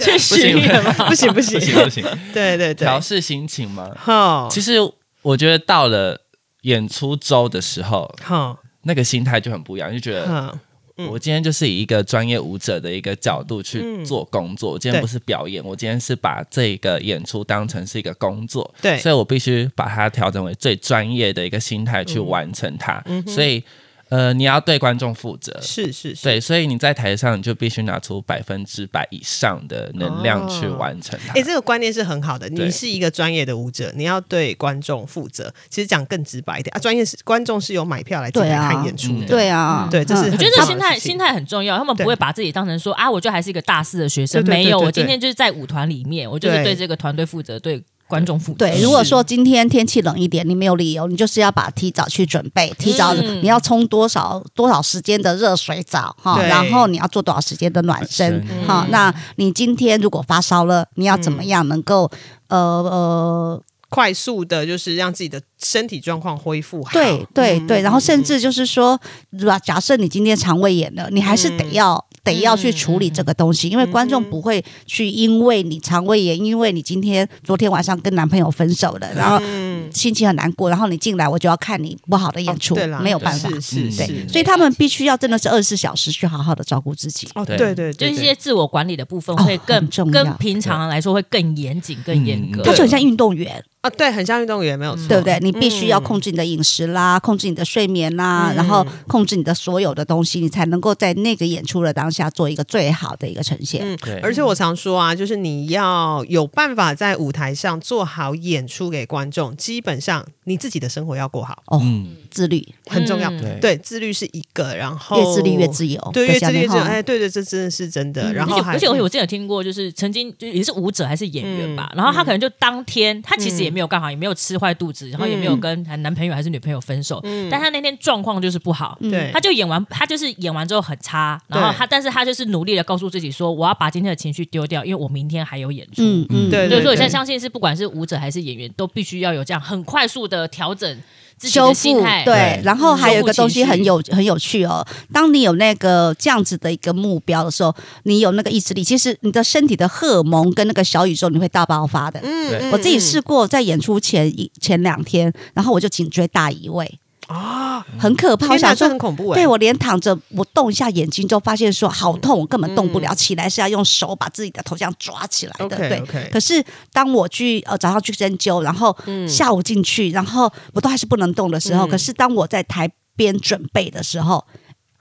Speaker 2: 去训练吗？
Speaker 1: 不行不 行
Speaker 3: 不，行不行，
Speaker 1: 对对对，
Speaker 3: 调试心情嘛。
Speaker 1: 好，
Speaker 3: 其实我觉得到了演出周的时候，
Speaker 1: 好。
Speaker 3: 那个心态就很不一样，就觉得
Speaker 1: 嗯嗯
Speaker 3: 我今天就是以一个专业舞者的一个角度去做工作。我今天
Speaker 1: 对
Speaker 3: 不是表演，我今天是把这个演出当成是一个工作，
Speaker 1: 对
Speaker 3: 所以我必须把它调整为最专业的一个心态
Speaker 1: 嗯
Speaker 3: 去完成它。所以，呃，你要对观众负责，
Speaker 1: 是是是。
Speaker 3: 对，所以你在台上你就必须拿出百分之百以上的能量去完成它。
Speaker 1: 哎、这个观念是很好的。你
Speaker 3: 对
Speaker 1: 是一个专业的舞者，你要对观众负责。其实讲更直白一点啊，专业是观众是有买票来进
Speaker 4: 对
Speaker 1: 来
Speaker 4: 啊
Speaker 1: 看演出的。
Speaker 3: 嗯
Speaker 4: 对啊，
Speaker 1: 对这是
Speaker 2: 我
Speaker 4: 嗯
Speaker 2: 觉得
Speaker 1: 很
Speaker 2: 这
Speaker 1: 棒的
Speaker 2: 心态
Speaker 1: 事情
Speaker 2: 心态很重要，他们
Speaker 1: 对
Speaker 2: 不会把自己当成说啊，我就还是一个大四的学生，
Speaker 1: 对对对
Speaker 2: 没有，
Speaker 1: 对对
Speaker 2: 我今天就是在舞团里面，我就是
Speaker 1: 对
Speaker 2: 对这个团队负责，对观众负责。
Speaker 4: 对。如果说今天天气冷一点，你没有理由，你就是要把提早去准备，提早
Speaker 2: 嗯
Speaker 4: 你要冲多少多少时间的热水澡哈，
Speaker 1: 对
Speaker 4: 然后你要做多少时间的暖身
Speaker 3: 暖
Speaker 1: 嗯
Speaker 3: 身
Speaker 4: 哈。那你今天如果发烧了，你要怎么样能够呃呃
Speaker 1: 快速的，就是让自己的身体状况恢复好。嗯
Speaker 4: 对对对，然后甚至就是说，如果假设你今天肠胃炎了，你还是得要、得要去处理这个东
Speaker 1: 嗯
Speaker 4: 西，因为观众不会去因为你肠胃炎，因为你今天昨天晚上跟男朋友分手了，然后
Speaker 1: 嗯
Speaker 4: 心情很难过，然后你进来我就要看你不好的演出，
Speaker 1: 哦对啦，
Speaker 4: 没有办法。
Speaker 1: 是是
Speaker 3: 嗯
Speaker 1: 是，
Speaker 4: 对，所以他们必须要真的是二十四小时去好好的照顾自己。
Speaker 1: 哦，对
Speaker 3: 对
Speaker 1: 对对，
Speaker 2: 就是一
Speaker 1: 对
Speaker 2: 些自我管理的部分
Speaker 4: 哦
Speaker 2: 会更
Speaker 4: 很重要
Speaker 2: 跟平常来说会更严谨、更严格。
Speaker 3: 嗯
Speaker 4: 他就很像运动员，
Speaker 1: 啊，对，很像运动员，没有错，
Speaker 4: 嗯对不对？你必须
Speaker 1: 嗯
Speaker 4: 要控制你的饮食啦，控制你的睡眠啦，然后控制你的所有的东西，你才能够在那个演出的当下做一个最好的一个呈现。
Speaker 1: 嗯
Speaker 3: 对
Speaker 1: 而且我常说啊，就是你要有办法在舞台上做好演出给观众，基本上你自己的生活要过好，
Speaker 4: 哦，
Speaker 3: 嗯，
Speaker 4: 自律，
Speaker 1: 很重要。
Speaker 5: 嗯
Speaker 3: 对
Speaker 1: 对，自律是一个，然后
Speaker 4: 越自律越自由，
Speaker 1: 对，越自律越自由。
Speaker 4: 哈嗯
Speaker 1: 哎，对对，这真的是真的。然后
Speaker 2: 而且
Speaker 1: 还
Speaker 2: 而且我有之前有听过，就是曾经就也是舞者还是演员吧，
Speaker 1: 嗯
Speaker 2: 然后他可能就当天他其实也没有干好，也没有吃坏肚子，然后也没有跟男朋友还是女朋友分手，但他那天状况就是不好。
Speaker 4: 嗯
Speaker 1: 对
Speaker 2: 他就演完，他就是演完之后很差，然后他，但是他就是努力的告诉自己说，我要把今天的情绪丢掉，因为我明天还有演出。
Speaker 4: 嗯嗯，
Speaker 1: 对
Speaker 2: 对，所以我
Speaker 1: 对
Speaker 2: 现在相信是，不管是舞者还是演员，都必须要有这样很快速的调整自己的
Speaker 4: 修复
Speaker 2: 心态。嗯
Speaker 4: 对
Speaker 3: 对，
Speaker 4: 然后还有一
Speaker 2: 修复
Speaker 4: 个东
Speaker 2: 情
Speaker 4: 西
Speaker 2: 绪
Speaker 4: 很有很有趣哦。当你有那个这样子的一个目标的时候，你有那个意志力，其实你的身体的荷尔蒙跟那个小宇宙你会大爆发的。
Speaker 1: 嗯
Speaker 4: 我自己试过在演出前一前两天，然后我就颈椎大移位，
Speaker 1: 啊，
Speaker 4: 很可怕。我
Speaker 1: 天哪
Speaker 4: 想
Speaker 1: 这
Speaker 4: 说
Speaker 1: 很，恐怖哎。
Speaker 4: 对我连躺着我动一下眼睛，就发现说好痛，我根本动不了。起来是要用手把自己的头像抓起来的。
Speaker 1: OK
Speaker 4: 对，
Speaker 1: OK，
Speaker 4: 可是当我去呃早上去针灸，然后下午进去，然后我都还是不能动的时候，
Speaker 1: 嗯
Speaker 4: 可是当我在台边准备的时候，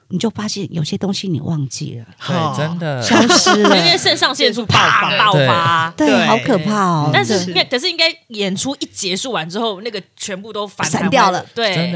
Speaker 4: 你就发现有些东西你忘记了，
Speaker 1: 好
Speaker 3: 对，真的，
Speaker 4: 消
Speaker 1: 哦
Speaker 4: 失
Speaker 2: 因
Speaker 4: 了，
Speaker 2: 为肾上腺素啪爆
Speaker 5: 对
Speaker 2: 发，
Speaker 1: 对
Speaker 4: 对，好可怕哦！
Speaker 2: 但是
Speaker 1: 是
Speaker 2: 应该，可是应该演出一结束完之后，那个全部都反
Speaker 4: 散
Speaker 2: 弹回
Speaker 4: 掉
Speaker 2: 来
Speaker 4: 了
Speaker 3: 真
Speaker 2: 对
Speaker 3: 的，
Speaker 4: 你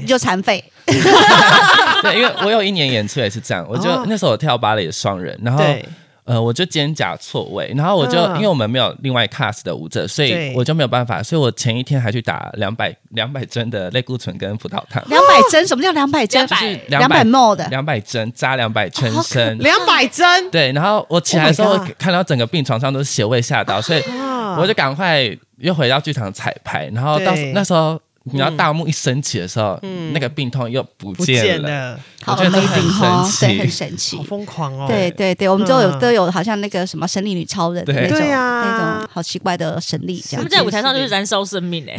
Speaker 1: 对，
Speaker 4: 就残废，
Speaker 3: 对，因为我有一年演出也是这样，我就、
Speaker 1: 哦
Speaker 3: 那时候我跳芭蕾的双人，然后
Speaker 1: 对，
Speaker 3: 呃，我就肩胛错位，然后我就、
Speaker 1: 嗯
Speaker 3: 因为我们没有另外 cast 的舞者，所
Speaker 1: 对
Speaker 3: 以我就没有办法，所以我前一天还去打两百两百针的类固醇跟葡萄糖，
Speaker 4: 两百针，什么叫两百针？
Speaker 2: 200
Speaker 4: 两百 ml 的，
Speaker 3: 两百针扎两百全身。
Speaker 1: 两百针
Speaker 3: 对，然后我起来的时
Speaker 1: Oh
Speaker 3: 候
Speaker 1: my god
Speaker 3: 看到整个病床上都是血味吓到，所以
Speaker 1: 啊
Speaker 3: 我就赶快又回到剧场彩排。然后到
Speaker 1: 对
Speaker 3: 那时候，你知道大幕一升起的时候，那个病痛又不
Speaker 1: 不
Speaker 3: 见
Speaker 1: 见
Speaker 3: 了。
Speaker 1: 了，
Speaker 4: 好
Speaker 3: 我觉得这
Speaker 4: amazing 哦
Speaker 3: 很
Speaker 4: 哈，
Speaker 3: 神
Speaker 4: 对，
Speaker 3: 奇
Speaker 4: 很神奇
Speaker 1: 好。疯狂哦。
Speaker 4: 对对对，我们都有
Speaker 1: 嗯
Speaker 4: 都有，好像那个什么神力女超人的
Speaker 3: 对
Speaker 4: 那种
Speaker 1: 对啊
Speaker 4: 那种好奇怪的神力，这
Speaker 2: 他
Speaker 4: 样
Speaker 2: 们
Speaker 4: 子
Speaker 2: 在舞台上就是燃烧生命哎，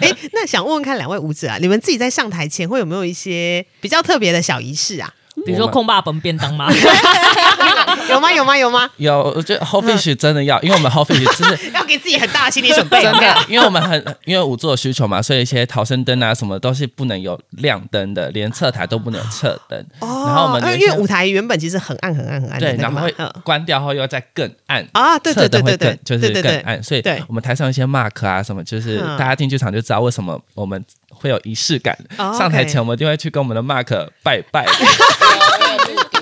Speaker 1: 哎，那想问问看两位舞者啊，你们自己在上台前会有没有一些比较特别的小仪 式啊？
Speaker 2: 比如说控霸本便当吗？
Speaker 1: 有吗？有吗？有吗？
Speaker 3: 有，我觉得 whole fish 真的要，因为我们 whole fish 真是
Speaker 1: 要给自己很大的心理 准备。
Speaker 3: 真的，因为我们很因为五座有需求嘛，所以一些逃生灯啊什么都是不能有亮灯的，连侧台都不能有侧灯。
Speaker 1: 哦，
Speaker 3: 然后我们
Speaker 1: 呃
Speaker 3: 连
Speaker 1: 因为
Speaker 3: 线
Speaker 1: 舞台原本其实很暗、很暗、很暗的
Speaker 3: 对，
Speaker 1: 那个
Speaker 3: 然
Speaker 1: 嘛，
Speaker 3: 后会
Speaker 1: 嗯
Speaker 3: 关掉后又再更暗。
Speaker 1: 啊，对对对
Speaker 3: 侧灯
Speaker 1: 对
Speaker 3: 会
Speaker 1: 对
Speaker 3: 更，，就是
Speaker 1: 对对
Speaker 3: 更
Speaker 1: 对
Speaker 3: 暗，所以
Speaker 1: 对
Speaker 3: 我们台上一些 mark 啊什么，就是
Speaker 1: 嗯
Speaker 3: 大家进剧场就知道为什么我们会有仪式感。
Speaker 1: 哦，OK
Speaker 3: 上台前我们就会去跟我们的 mark 拜 拜，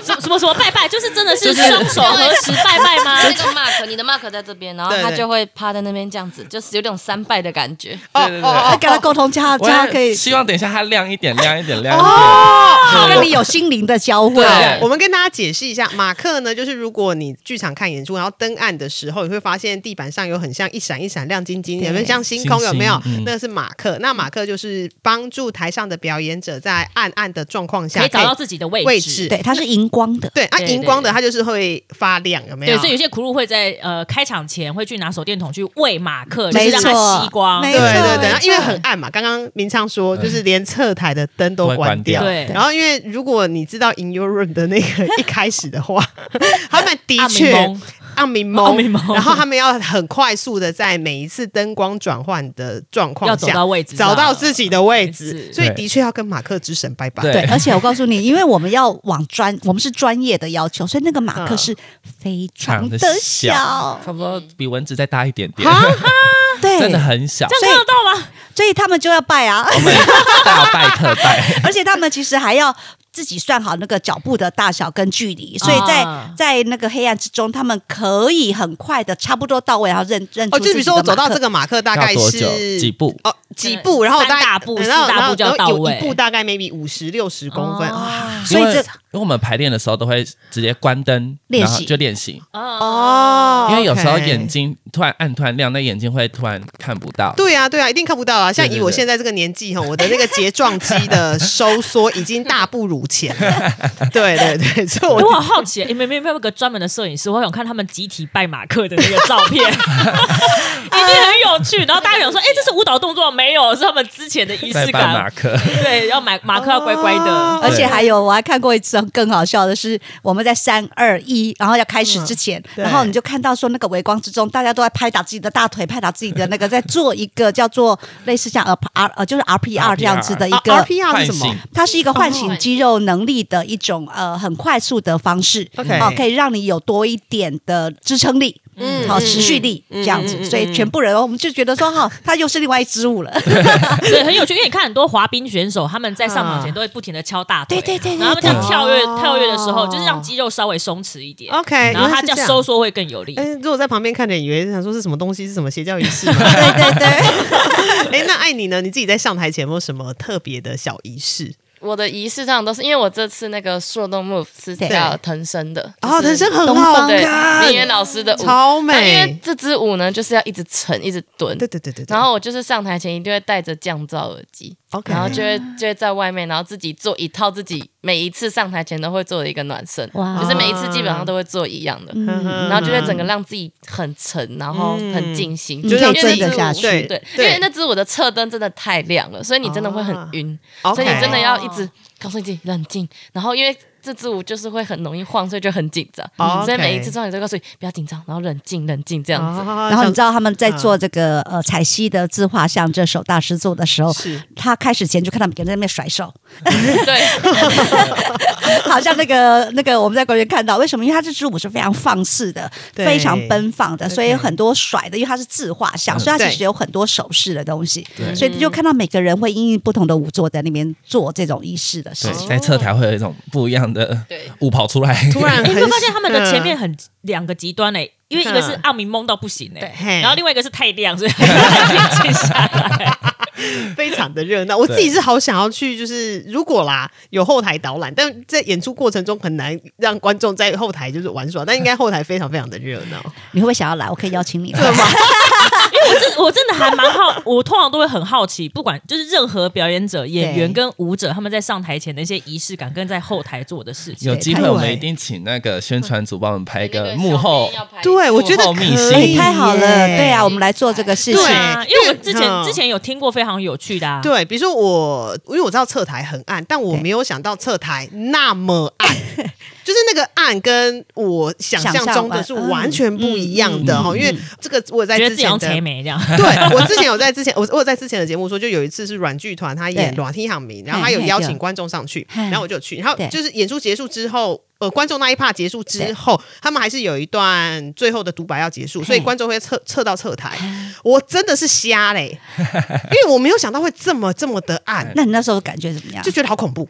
Speaker 2: 什么什么什么拜拜，就是真的是双手合十拜拜吗？
Speaker 5: 那个 mark，你的 mark 在这边，然后
Speaker 1: 对
Speaker 5: 他
Speaker 1: 对
Speaker 5: 就会趴在那边这样子，就是有点三拜的感觉。
Speaker 1: 哦
Speaker 3: 对对对
Speaker 1: 哦
Speaker 4: 要哎跟他沟通，叫他叫
Speaker 3: 我
Speaker 4: 他可以
Speaker 3: 也希望等一下它亮一点，亮一点，亮一点。
Speaker 4: 好，跟你有心灵的交汇。
Speaker 1: 哦
Speaker 3: 对
Speaker 1: 我们跟大家解释一下，马克呢，就是如果你剧场看演出，然后登岸的时候，你会发现地板上有很像一闪一闪亮晶晶，有没有像星空？
Speaker 3: 星星
Speaker 1: 有没有？
Speaker 3: 嗯
Speaker 1: 那个是马克。那马克就是帮助台上的表演者在暗暗的状况下
Speaker 2: 可以找到自己的位置。
Speaker 1: 位置
Speaker 4: 对，它是荧光的，
Speaker 1: 对啊，
Speaker 2: 对
Speaker 1: 荧光的它就是会发亮，有没有？
Speaker 2: 对，所以有些苦路会在呃开场前会去拿手电筒去喂马克，就是
Speaker 4: 没
Speaker 2: 让
Speaker 4: 错
Speaker 2: 他吸光。
Speaker 4: 没
Speaker 1: 对
Speaker 4: 错
Speaker 1: 对对，
Speaker 4: 没
Speaker 1: 然后
Speaker 4: 错
Speaker 1: 因为很暗嘛，刚刚明昌说就是连侧台的灯都
Speaker 3: 都会
Speaker 1: 关
Speaker 3: 关掉
Speaker 2: 对
Speaker 1: 然后因为如果你知道 In Your Room 的那个 一开始的话，他们的
Speaker 2: 暗
Speaker 1: 确
Speaker 2: 暝蒙
Speaker 1: 暗明
Speaker 2: 暗
Speaker 1: 蒙
Speaker 2: 暝，蒙
Speaker 1: 然后他们要很快速的在每一次灯光转换的状况下
Speaker 2: 要找到位置
Speaker 1: 找到自己的位置，
Speaker 2: 是
Speaker 1: 所以的确要跟马克之神拜拜。
Speaker 3: 对
Speaker 4: 对，而且我告诉你，因为我们要往专，我们是专业的要求，所以那个马克是非常的
Speaker 3: 长得
Speaker 4: 小
Speaker 3: 小，差不多比蚊子再大一点点，
Speaker 4: 对，
Speaker 3: 真的很小，
Speaker 2: 这样看得到吗？
Speaker 4: 所以他们就要拜啊，
Speaker 3: 我们大拜特拜。
Speaker 4: 而且他们其实还要自己算好那个脚步的大小跟距离，
Speaker 1: 哦
Speaker 4: 所以在
Speaker 2: 啊
Speaker 4: 在那个黑暗之中，他们可以很快的差不多到位，然后认认出
Speaker 1: 哦，
Speaker 4: 自
Speaker 1: 就比如
Speaker 4: 己的
Speaker 1: 说我走到
Speaker 4: 马
Speaker 1: 这
Speaker 4: 克
Speaker 1: 个马克大概
Speaker 3: 要多久
Speaker 1: 是
Speaker 3: 几步
Speaker 1: 哦，几步，然后我大概
Speaker 2: 三大步
Speaker 1: 然后
Speaker 2: 四大
Speaker 1: 然后
Speaker 2: 步就要
Speaker 1: 然后有
Speaker 2: 到位
Speaker 1: 一步大概 maybe 五十六十公分
Speaker 2: 哦
Speaker 1: 啊，
Speaker 4: 所以
Speaker 3: 因为
Speaker 4: 这
Speaker 3: 因为我们排练的时候都会直接关灯
Speaker 4: 练习
Speaker 3: 然后就练习，
Speaker 1: 哦
Speaker 3: 因为有时候
Speaker 1: OK
Speaker 3: 眼睛突然暗突然亮，那眼睛会突然看不到。
Speaker 1: 对啊，对啊，一定看不到啊！像
Speaker 3: 对
Speaker 1: 以
Speaker 3: 对
Speaker 1: 我
Speaker 3: 对
Speaker 1: 现在这个年纪哈，我的那个睫状肌的收缩已经大不如前 了。对对对，所以
Speaker 2: 哎
Speaker 1: 我
Speaker 2: 我好好奇，你们有没有没有一个专门的摄影师？我想看他们集体拜马克的那个照片， 一定很有趣。然后大家想说，哎，这是舞蹈动作没有？是他们之前的仪
Speaker 3: 拜
Speaker 2: 式
Speaker 3: 拜马
Speaker 2: 感。
Speaker 3: 克，
Speaker 2: 对，要马马克要乖乖的。
Speaker 1: 哦
Speaker 4: 而且
Speaker 3: 对
Speaker 4: 还有，我还看过一次更好笑的是，我们在三二一，然后要开始之前，
Speaker 1: 嗯对
Speaker 4: 然后你就看到说那个微光之中，大家都在拍打自己的大腿，拍打自己的那个，在做一个叫做类似像 R R 呃就是 RPR 这样子的一
Speaker 1: 啊
Speaker 4: 个，
Speaker 1: RPR 是什么
Speaker 3: 唤？醒
Speaker 4: 它是
Speaker 1: 哦
Speaker 4: 一个唤醒肌肉能力的一种呃很快速的方式，
Speaker 1: OK
Speaker 4: 哦，可以让你有多一点的支撑力。
Speaker 1: 嗯
Speaker 4: 好持续力这样子，所以全部人我们就 觉得说，好，他又是另外一支舞了。
Speaker 2: 所以很有趣，因为你看很多滑冰选手，他们在上
Speaker 1: 嗯
Speaker 2: 场前都会不停的敲大腿，
Speaker 4: 对对对对
Speaker 2: 然后他们这样
Speaker 4: 对
Speaker 2: 跳跃
Speaker 1: 哦
Speaker 2: 跳跃的时候，就是让肌肉稍微松弛一点
Speaker 1: OK，
Speaker 5: 嗯
Speaker 2: 然后他
Speaker 1: 原来是
Speaker 2: 这样
Speaker 1: 这样
Speaker 2: 收缩会更有力
Speaker 1: 哎、。如果在旁边看着，以为想说是什么东西，是什么邪教仪 式吗？
Speaker 4: 对 对对，
Speaker 1: 哎、那爱你呢？你自己在上台前有没有什么特别的小仪式？
Speaker 5: 我的仪式上都是因为我这次那个硕动 move 是叫藤生的，
Speaker 1: 哦，
Speaker 5: 就是
Speaker 1: 人生很
Speaker 4: 东
Speaker 1: 好
Speaker 4: 方
Speaker 5: 对
Speaker 1: 看，
Speaker 5: 林元老师的舞，
Speaker 1: 超
Speaker 5: 那因为
Speaker 1: 美。
Speaker 5: 这支舞呢就是要一直沉一直蹲
Speaker 1: 对，对对对对。嗯
Speaker 5: 然后我就是上台前一定会戴着降噪耳机，
Speaker 1: OK，
Speaker 5: 然后就会就会在外面，然后自己做一套自己每一次上台前都会做的一个暖身，
Speaker 2: 哇
Speaker 5: 就是每一次基本上都会做一样的，
Speaker 1: 嗯
Speaker 5: 然后就会整个让自己很沉，然后很静心，
Speaker 4: 嗯
Speaker 5: 因为
Speaker 4: 就可以真的
Speaker 5: 那支舞
Speaker 4: 下去
Speaker 1: 对
Speaker 5: 对，因为那支舞的侧灯真的太亮了，所以你真的会很晕，
Speaker 1: OK
Speaker 5: 所以你真的要一
Speaker 4: 哦
Speaker 5: 直告诉自己冷静，然后因为。这支舞就是会很容易晃，所以就很紧张。
Speaker 1: OK
Speaker 5: 所以每一次状态都告诉你不要紧张，然后冷静冷静这样子。
Speaker 1: 啊
Speaker 4: 然后你
Speaker 1: 想
Speaker 4: 知道他们在做这个呃彩西的自画像这首大师作的时候，
Speaker 1: 嗯是
Speaker 4: 他开始前就看他们每个人在那边甩手，
Speaker 5: 对，
Speaker 4: 好像那个那个我们在国园看到，为什么？因为他这支舞是非常放肆的，
Speaker 1: 对
Speaker 4: 非常奔放的，
Speaker 1: 对
Speaker 4: 所以有很多甩的，因为它是自画像，所以它其实有很多手势的东西，
Speaker 3: 对
Speaker 4: 所以就看到每个人会因应不同的舞作在那边做这种仪式的事情。
Speaker 3: 对，在侧台会有一种不一样的
Speaker 5: 对
Speaker 3: 雾跑出来，
Speaker 1: 哦突然
Speaker 2: 哎，你
Speaker 1: 很嗯
Speaker 2: 会发现他们的前面很两个极端嘞、因为一个是暗明懵到不行哎、
Speaker 1: 嘿
Speaker 2: 然后另外一个是太 亮，所以很静下来。
Speaker 1: 嗯 非常的热闹。我自己是好想要去，就是如果啦有后台导览，但在演出过程中很难让观众在后台就是玩耍，但应该后台非常非常的热闹。
Speaker 4: 你会不会想要来？我可以邀请你来。
Speaker 2: 因为我真我真的还蛮好，我通常都会很好奇，不管就是任何表演者、演员跟舞者，他们在上台前的一些仪式感，跟在后台做的事情。
Speaker 3: 有机会
Speaker 4: 对
Speaker 3: 我们一定请那个宣传组帮我们拍一
Speaker 5: 那
Speaker 3: 个
Speaker 5: 小
Speaker 3: 幕
Speaker 5: 编
Speaker 3: 后，
Speaker 5: 要拍
Speaker 1: 对，我觉得
Speaker 3: 幕后
Speaker 1: 可
Speaker 3: 秘辛
Speaker 1: 以
Speaker 4: 哎，太好了，
Speaker 1: 耶
Speaker 4: 对啊，我们来做这个事情
Speaker 2: 对
Speaker 1: 对。
Speaker 2: 啊，因为我们之前
Speaker 1: 嗯
Speaker 2: 之前有听过非常有趣的、啊，
Speaker 1: 对，比如说我，因为我知道侧台很暗，但我
Speaker 4: 对
Speaker 1: 没有想到侧台那么暗， 就是那个暗跟我想象中的嗯是
Speaker 4: 想象完
Speaker 1: 完全不一样的哈、因为这个我在
Speaker 2: 觉得
Speaker 1: 之
Speaker 2: 自己要
Speaker 1: 前的
Speaker 2: 垂。眉这样。
Speaker 1: 对我之前有在之前我我有在之前的节目说，就有一次是软剧团他演
Speaker 4: 对
Speaker 1: 软踢行明，然后他有
Speaker 4: 嘿嘿
Speaker 1: 邀
Speaker 4: 对
Speaker 1: 请观众上去，
Speaker 4: 嘿
Speaker 1: 然后我就去，然后
Speaker 4: 对
Speaker 1: 就是演出结束之后，呃，观众那一趴结束之后，他们还是有一段最后的独白要结束，所以
Speaker 4: 嘿
Speaker 1: 观众会撤撤到侧台，我真的是瞎嘞，因为我没有想到会这么这么的 暗，
Speaker 4: 那你那时候感觉怎么样
Speaker 1: 就？觉得好恐怖。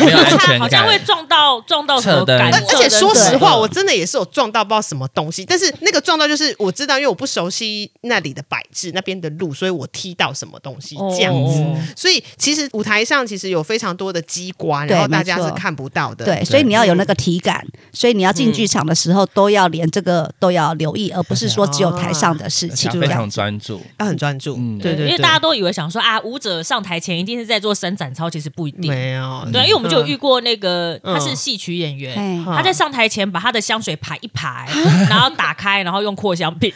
Speaker 3: 没有安
Speaker 2: 他
Speaker 3: 全
Speaker 2: 好像会
Speaker 3: 感。
Speaker 2: 撞到撞到什么
Speaker 3: 侧灯
Speaker 2: 感
Speaker 1: 而
Speaker 2: 受，
Speaker 1: 而且说
Speaker 2: 对
Speaker 1: 实话，我真的也是有撞到不知道什么东西，但是那个撞到就是我知道，因为我不熟悉那里的摆置、那边的路，所以我踢到什么东西这样子。
Speaker 2: 哦
Speaker 1: 所以其实舞台上其实有非常多的机关，
Speaker 4: 对
Speaker 1: 然后大家
Speaker 4: 没
Speaker 1: 是
Speaker 4: 错
Speaker 1: 看不到的。
Speaker 4: 对，所以你要有那个体感，所以你要进剧场的时候都要连这个都要留意，而不是说只有台上的事
Speaker 3: 而且
Speaker 4: 情。
Speaker 3: 要
Speaker 4: 这
Speaker 3: 嗯非
Speaker 4: 样
Speaker 3: 常专注，
Speaker 1: 要很专注。
Speaker 3: 嗯
Speaker 1: 对对
Speaker 2: 因为
Speaker 1: 对
Speaker 2: 大家都以为想说啊，舞者上台前一定是在做伸展操，其实不一定。
Speaker 1: 没有
Speaker 2: 对，因为我们就有遇过那个
Speaker 1: 嗯
Speaker 2: 他是戏曲演员，
Speaker 4: 哎
Speaker 2: 他在上台前把他的香水排一排，然后打开，然后用扩香瓶。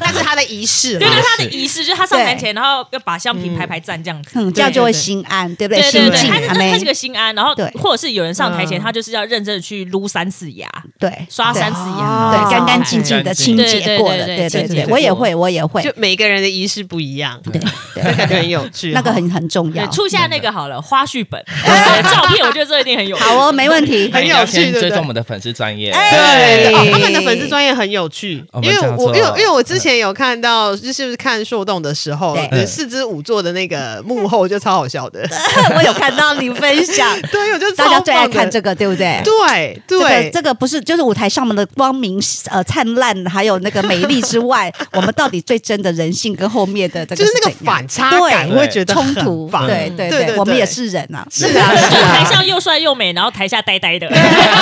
Speaker 1: 那是他的仪式
Speaker 2: 对
Speaker 1: 啦
Speaker 2: 对，他的仪式就是他上台前，然后要把香瓶排排站这样子。
Speaker 4: 嗯，这样就会
Speaker 1: 对对
Speaker 4: 心安，对不
Speaker 2: 对对
Speaker 4: 心
Speaker 2: 对，
Speaker 4: 静，
Speaker 2: 他是
Speaker 4: 阿
Speaker 2: 他
Speaker 4: 妹
Speaker 2: 是个心安，然后
Speaker 4: 对
Speaker 2: 或者是有人上台前，
Speaker 1: 嗯
Speaker 2: 他就是要认真的去撸三次牙，
Speaker 4: 对
Speaker 2: 刷三次牙，
Speaker 1: 哦
Speaker 4: 对，干干净
Speaker 2: 净。
Speaker 4: 净的清洁过了，对对对，我也会，我也会，
Speaker 1: 就每个人的仪式不一样，
Speaker 4: 对
Speaker 1: 那
Speaker 4: 对，
Speaker 1: 感 觉很有趣。
Speaker 4: 那个
Speaker 1: 哦
Speaker 4: 很很重
Speaker 2: 对
Speaker 4: 要。
Speaker 2: 出一下那个好了，花絮本对照片，我觉得这一定很有趣。
Speaker 4: 好哦，没问题。
Speaker 1: 很有趣
Speaker 3: 先
Speaker 1: 对不对
Speaker 3: 追踪我们的粉丝专业，
Speaker 1: 对，哦
Speaker 4: 哎
Speaker 1: 他们的粉丝专业很有趣，
Speaker 4: 哦
Speaker 3: 我
Speaker 1: 因
Speaker 3: 们
Speaker 1: 为
Speaker 3: 叫
Speaker 1: 我
Speaker 3: 做
Speaker 1: 因为因为我之前有看到，就是看树洞的时候
Speaker 4: 对，
Speaker 1: 就是四肢五座的那个幕后就超好笑的，
Speaker 4: 我有看到你 分享，
Speaker 1: 对，我就
Speaker 4: 大家最爱看这
Speaker 1: 个，
Speaker 4: 个，对不对？
Speaker 1: 对
Speaker 4: 这个
Speaker 1: 对，
Speaker 4: 这个不是就是舞台上面的光明呃灿烂，还有那个美丽之外， 我们到底最真的人性跟后面的这
Speaker 1: 就
Speaker 4: 个
Speaker 1: 是那个
Speaker 4: 怎样
Speaker 1: 反差感，
Speaker 4: 对
Speaker 1: 我会觉得
Speaker 4: 冲
Speaker 1: 很
Speaker 4: 突，
Speaker 1: 棒
Speaker 4: 对
Speaker 1: 嗯
Speaker 4: 对
Speaker 1: 对
Speaker 4: 对，我们也是人啊，
Speaker 1: 是啊是
Speaker 2: 就台
Speaker 1: 啊，
Speaker 2: 上又帅又美，然后台下呆呆的，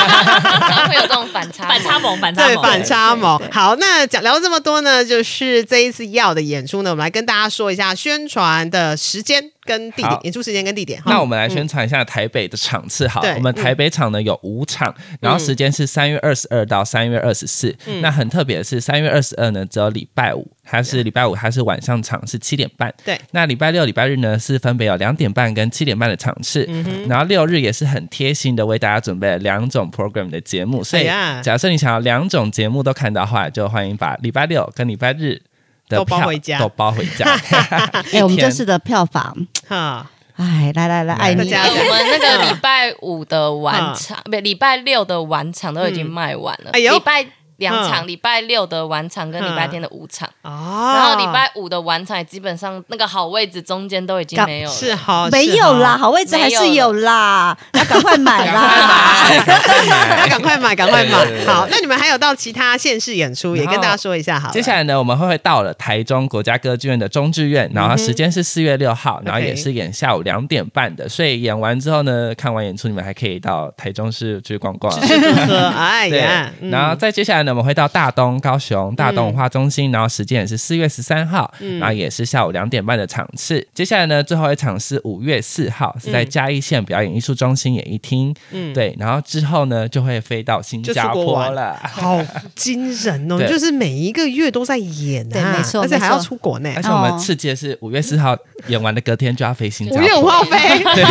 Speaker 5: 常会有这种反差
Speaker 2: 反差萌，反差
Speaker 1: 对
Speaker 2: 萌，
Speaker 1: 反差萌
Speaker 4: 对对。对
Speaker 1: 好，那讲聊了这么多呢，就是这一次要的演出呢，我们来跟大家说一下宣传的时间跟地点
Speaker 3: 好，
Speaker 1: 演出时间跟地点。
Speaker 3: 那
Speaker 1: 哈
Speaker 3: 我们来宣传一下台北的场次好，
Speaker 1: 嗯对嗯
Speaker 3: 我们台北场呢有五场，然后时间是三月二十二到三月二十四。
Speaker 1: 嗯
Speaker 3: 那很特别的是，三月二十二呢只有礼拜五，它是礼拜五它是晚上场是七点半。
Speaker 1: 对
Speaker 3: 那礼拜六、礼拜日呢是分别有两点半跟七点半的场次，
Speaker 1: 嗯
Speaker 3: 然后六日也是很贴心的为大家准备了两种 program 的节目，所以
Speaker 1: 哎呀
Speaker 3: 假设你想要两种节目都看到的话，就欢迎把礼拜六跟礼拜日。的
Speaker 1: 都包
Speaker 3: 票
Speaker 1: 回家
Speaker 3: 都包回 家。
Speaker 4: 哎，我们
Speaker 3: 一天
Speaker 4: 这次的票房，
Speaker 1: 哈，
Speaker 4: 哎，来来来，爱
Speaker 1: 大
Speaker 4: 你
Speaker 1: 家
Speaker 5: 因为我们那个礼拜五的晚场，不，礼拜六的晚场都已经卖完了。
Speaker 1: 嗯哎呦
Speaker 5: 礼拜两场，礼拜六的晚场跟礼拜天的午场，
Speaker 1: 哦，
Speaker 5: 然后礼拜五的晚场也基本上那个好位置中间都已经没有了。
Speaker 1: 哦是好
Speaker 4: 没有啦，，好位置
Speaker 5: 没
Speaker 4: 还是有
Speaker 5: 有
Speaker 4: 啦，要赶快买
Speaker 3: 赶
Speaker 4: 啦。
Speaker 3: 快买，赶快
Speaker 1: 大家
Speaker 3: 买
Speaker 1: 赶快买，赶快
Speaker 3: 对对
Speaker 1: 买。
Speaker 3: 对
Speaker 1: 好，那你们还有到其他县市演出，也
Speaker 3: 然后
Speaker 1: 跟大家说一下好了。
Speaker 3: 接下来呢，我们会到了台中国家歌剧院的中剧院，然后时间是四月六
Speaker 1: 嗯
Speaker 3: 号，然后也是演下午两点半的，所以演完之后呢，看完演出你们还可以到台中市去逛逛。
Speaker 1: 呵， 哎
Speaker 3: 对
Speaker 1: 呀，，嗯
Speaker 3: 然后再接下来呢，我们会到大东高雄大东文化中心，然后时间也是四月十三号，
Speaker 1: 嗯
Speaker 3: 然后也是下午两点半的场次。接下来呢，最后一场是五月四
Speaker 1: 嗯
Speaker 3: 号，是在嘉义县表演艺术中心演艺厅。对，然后之后呢，就会飞到新加
Speaker 1: 就出国
Speaker 3: 坡
Speaker 1: 玩
Speaker 3: 了。
Speaker 1: 好惊人哦！
Speaker 3: 对
Speaker 1: 就是每一个月都在演
Speaker 4: 对
Speaker 1: 啊
Speaker 4: 没，错
Speaker 1: 而且还要
Speaker 4: 没错
Speaker 1: 出国呢
Speaker 3: 而。且我们世界是五月四号演完的隔天就要飞新加
Speaker 1: 五
Speaker 3: 坡，
Speaker 1: 月五号飞，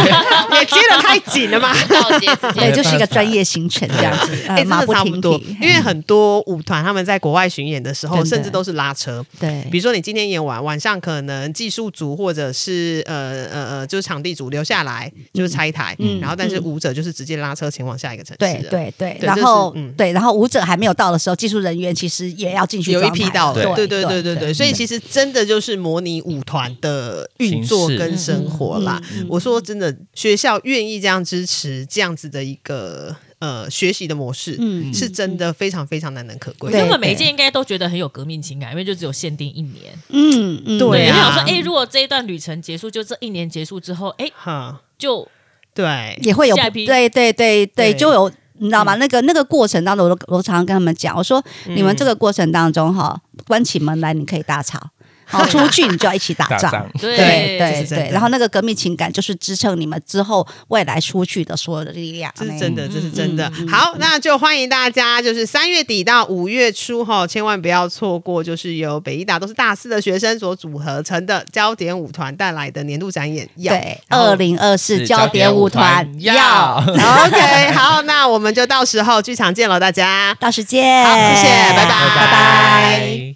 Speaker 1: 也接的太紧了嘛。
Speaker 5: 到节直
Speaker 4: 对，
Speaker 5: 接
Speaker 3: 没
Speaker 4: 就是一个
Speaker 3: 办法
Speaker 4: 专业行程这样子，
Speaker 1: 哎、
Speaker 4: 呃
Speaker 1: 真
Speaker 4: 马
Speaker 1: 的
Speaker 4: 不
Speaker 1: 差不
Speaker 4: 停
Speaker 1: 多
Speaker 4: 蹄，。
Speaker 1: 因为很多舞团他们在国外巡演的时候，
Speaker 4: 真的
Speaker 1: 甚至都是拉车。
Speaker 4: 对
Speaker 1: 比如说你今天演完，晚上可能技术组或者是呃呃呃，就是场地组留下来就是拆台，
Speaker 4: 嗯
Speaker 1: 然后但是舞者就是直接拉车前往下一个城市
Speaker 4: 对
Speaker 1: 了。
Speaker 4: 对对，
Speaker 1: 对
Speaker 4: 然
Speaker 1: 这是
Speaker 4: 后
Speaker 1: 嗯
Speaker 4: 对，然后舞者还没有到的时候，技术人员其实也要进去
Speaker 1: 有一
Speaker 4: 装
Speaker 1: 批
Speaker 4: 牌
Speaker 1: 到了，对
Speaker 4: 对
Speaker 1: 对对对对，所以其实真的就是模拟舞团的运作跟生活啦。我说真的，学校愿意这样支持这样子的一个呃学习的模式，
Speaker 4: 嗯
Speaker 1: 是真的非常非常难能可贵。
Speaker 4: 对
Speaker 2: 根本每一届应该都觉得很有革命情感，因为就只有限定一年。
Speaker 4: 嗯嗯，
Speaker 1: 对
Speaker 2: 因为
Speaker 1: 啊
Speaker 2: 想说，哎、如果这一段旅程结束，就这一年结束之后，哎、
Speaker 1: 哈，
Speaker 2: 就
Speaker 1: 对，
Speaker 4: 也会有
Speaker 2: 下一
Speaker 4: 对
Speaker 2: 批
Speaker 4: 对对对，
Speaker 1: 对嗯
Speaker 4: 就有你知道吗？那个那个过程当中，我都我常常跟他们讲，我说你们这个过程当中哈，关起门来你可以大 吵，好出去你就要一起打
Speaker 3: 打
Speaker 4: 仗
Speaker 3: 仗。。
Speaker 4: 对
Speaker 5: 对
Speaker 1: 这
Speaker 4: 对
Speaker 1: 是真的
Speaker 4: 对，然后那个革命情感就是支撑你们之后未来出去的所有的力量。
Speaker 1: 这是
Speaker 4: 哎
Speaker 1: 真的，这是真的。好，那就欢迎大家，就是三月底到五月初哈，千万不要错过，就是由北医大都是大四的学生所组合成的焦点舞团带来的年度展演。要
Speaker 4: 对，
Speaker 1: 然后
Speaker 4: 二零二四
Speaker 3: 是
Speaker 4: 焦
Speaker 3: 焦
Speaker 4: 点
Speaker 3: 点
Speaker 4: 舞
Speaker 3: 舞团
Speaker 4: 团
Speaker 3: 要
Speaker 4: 要
Speaker 1: OK，好，那我们就到时候剧场见了，大家。
Speaker 4: 到时见，
Speaker 1: 好谢谢拜拜
Speaker 3: 拜
Speaker 1: 拜
Speaker 3: 拜。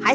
Speaker 1: 还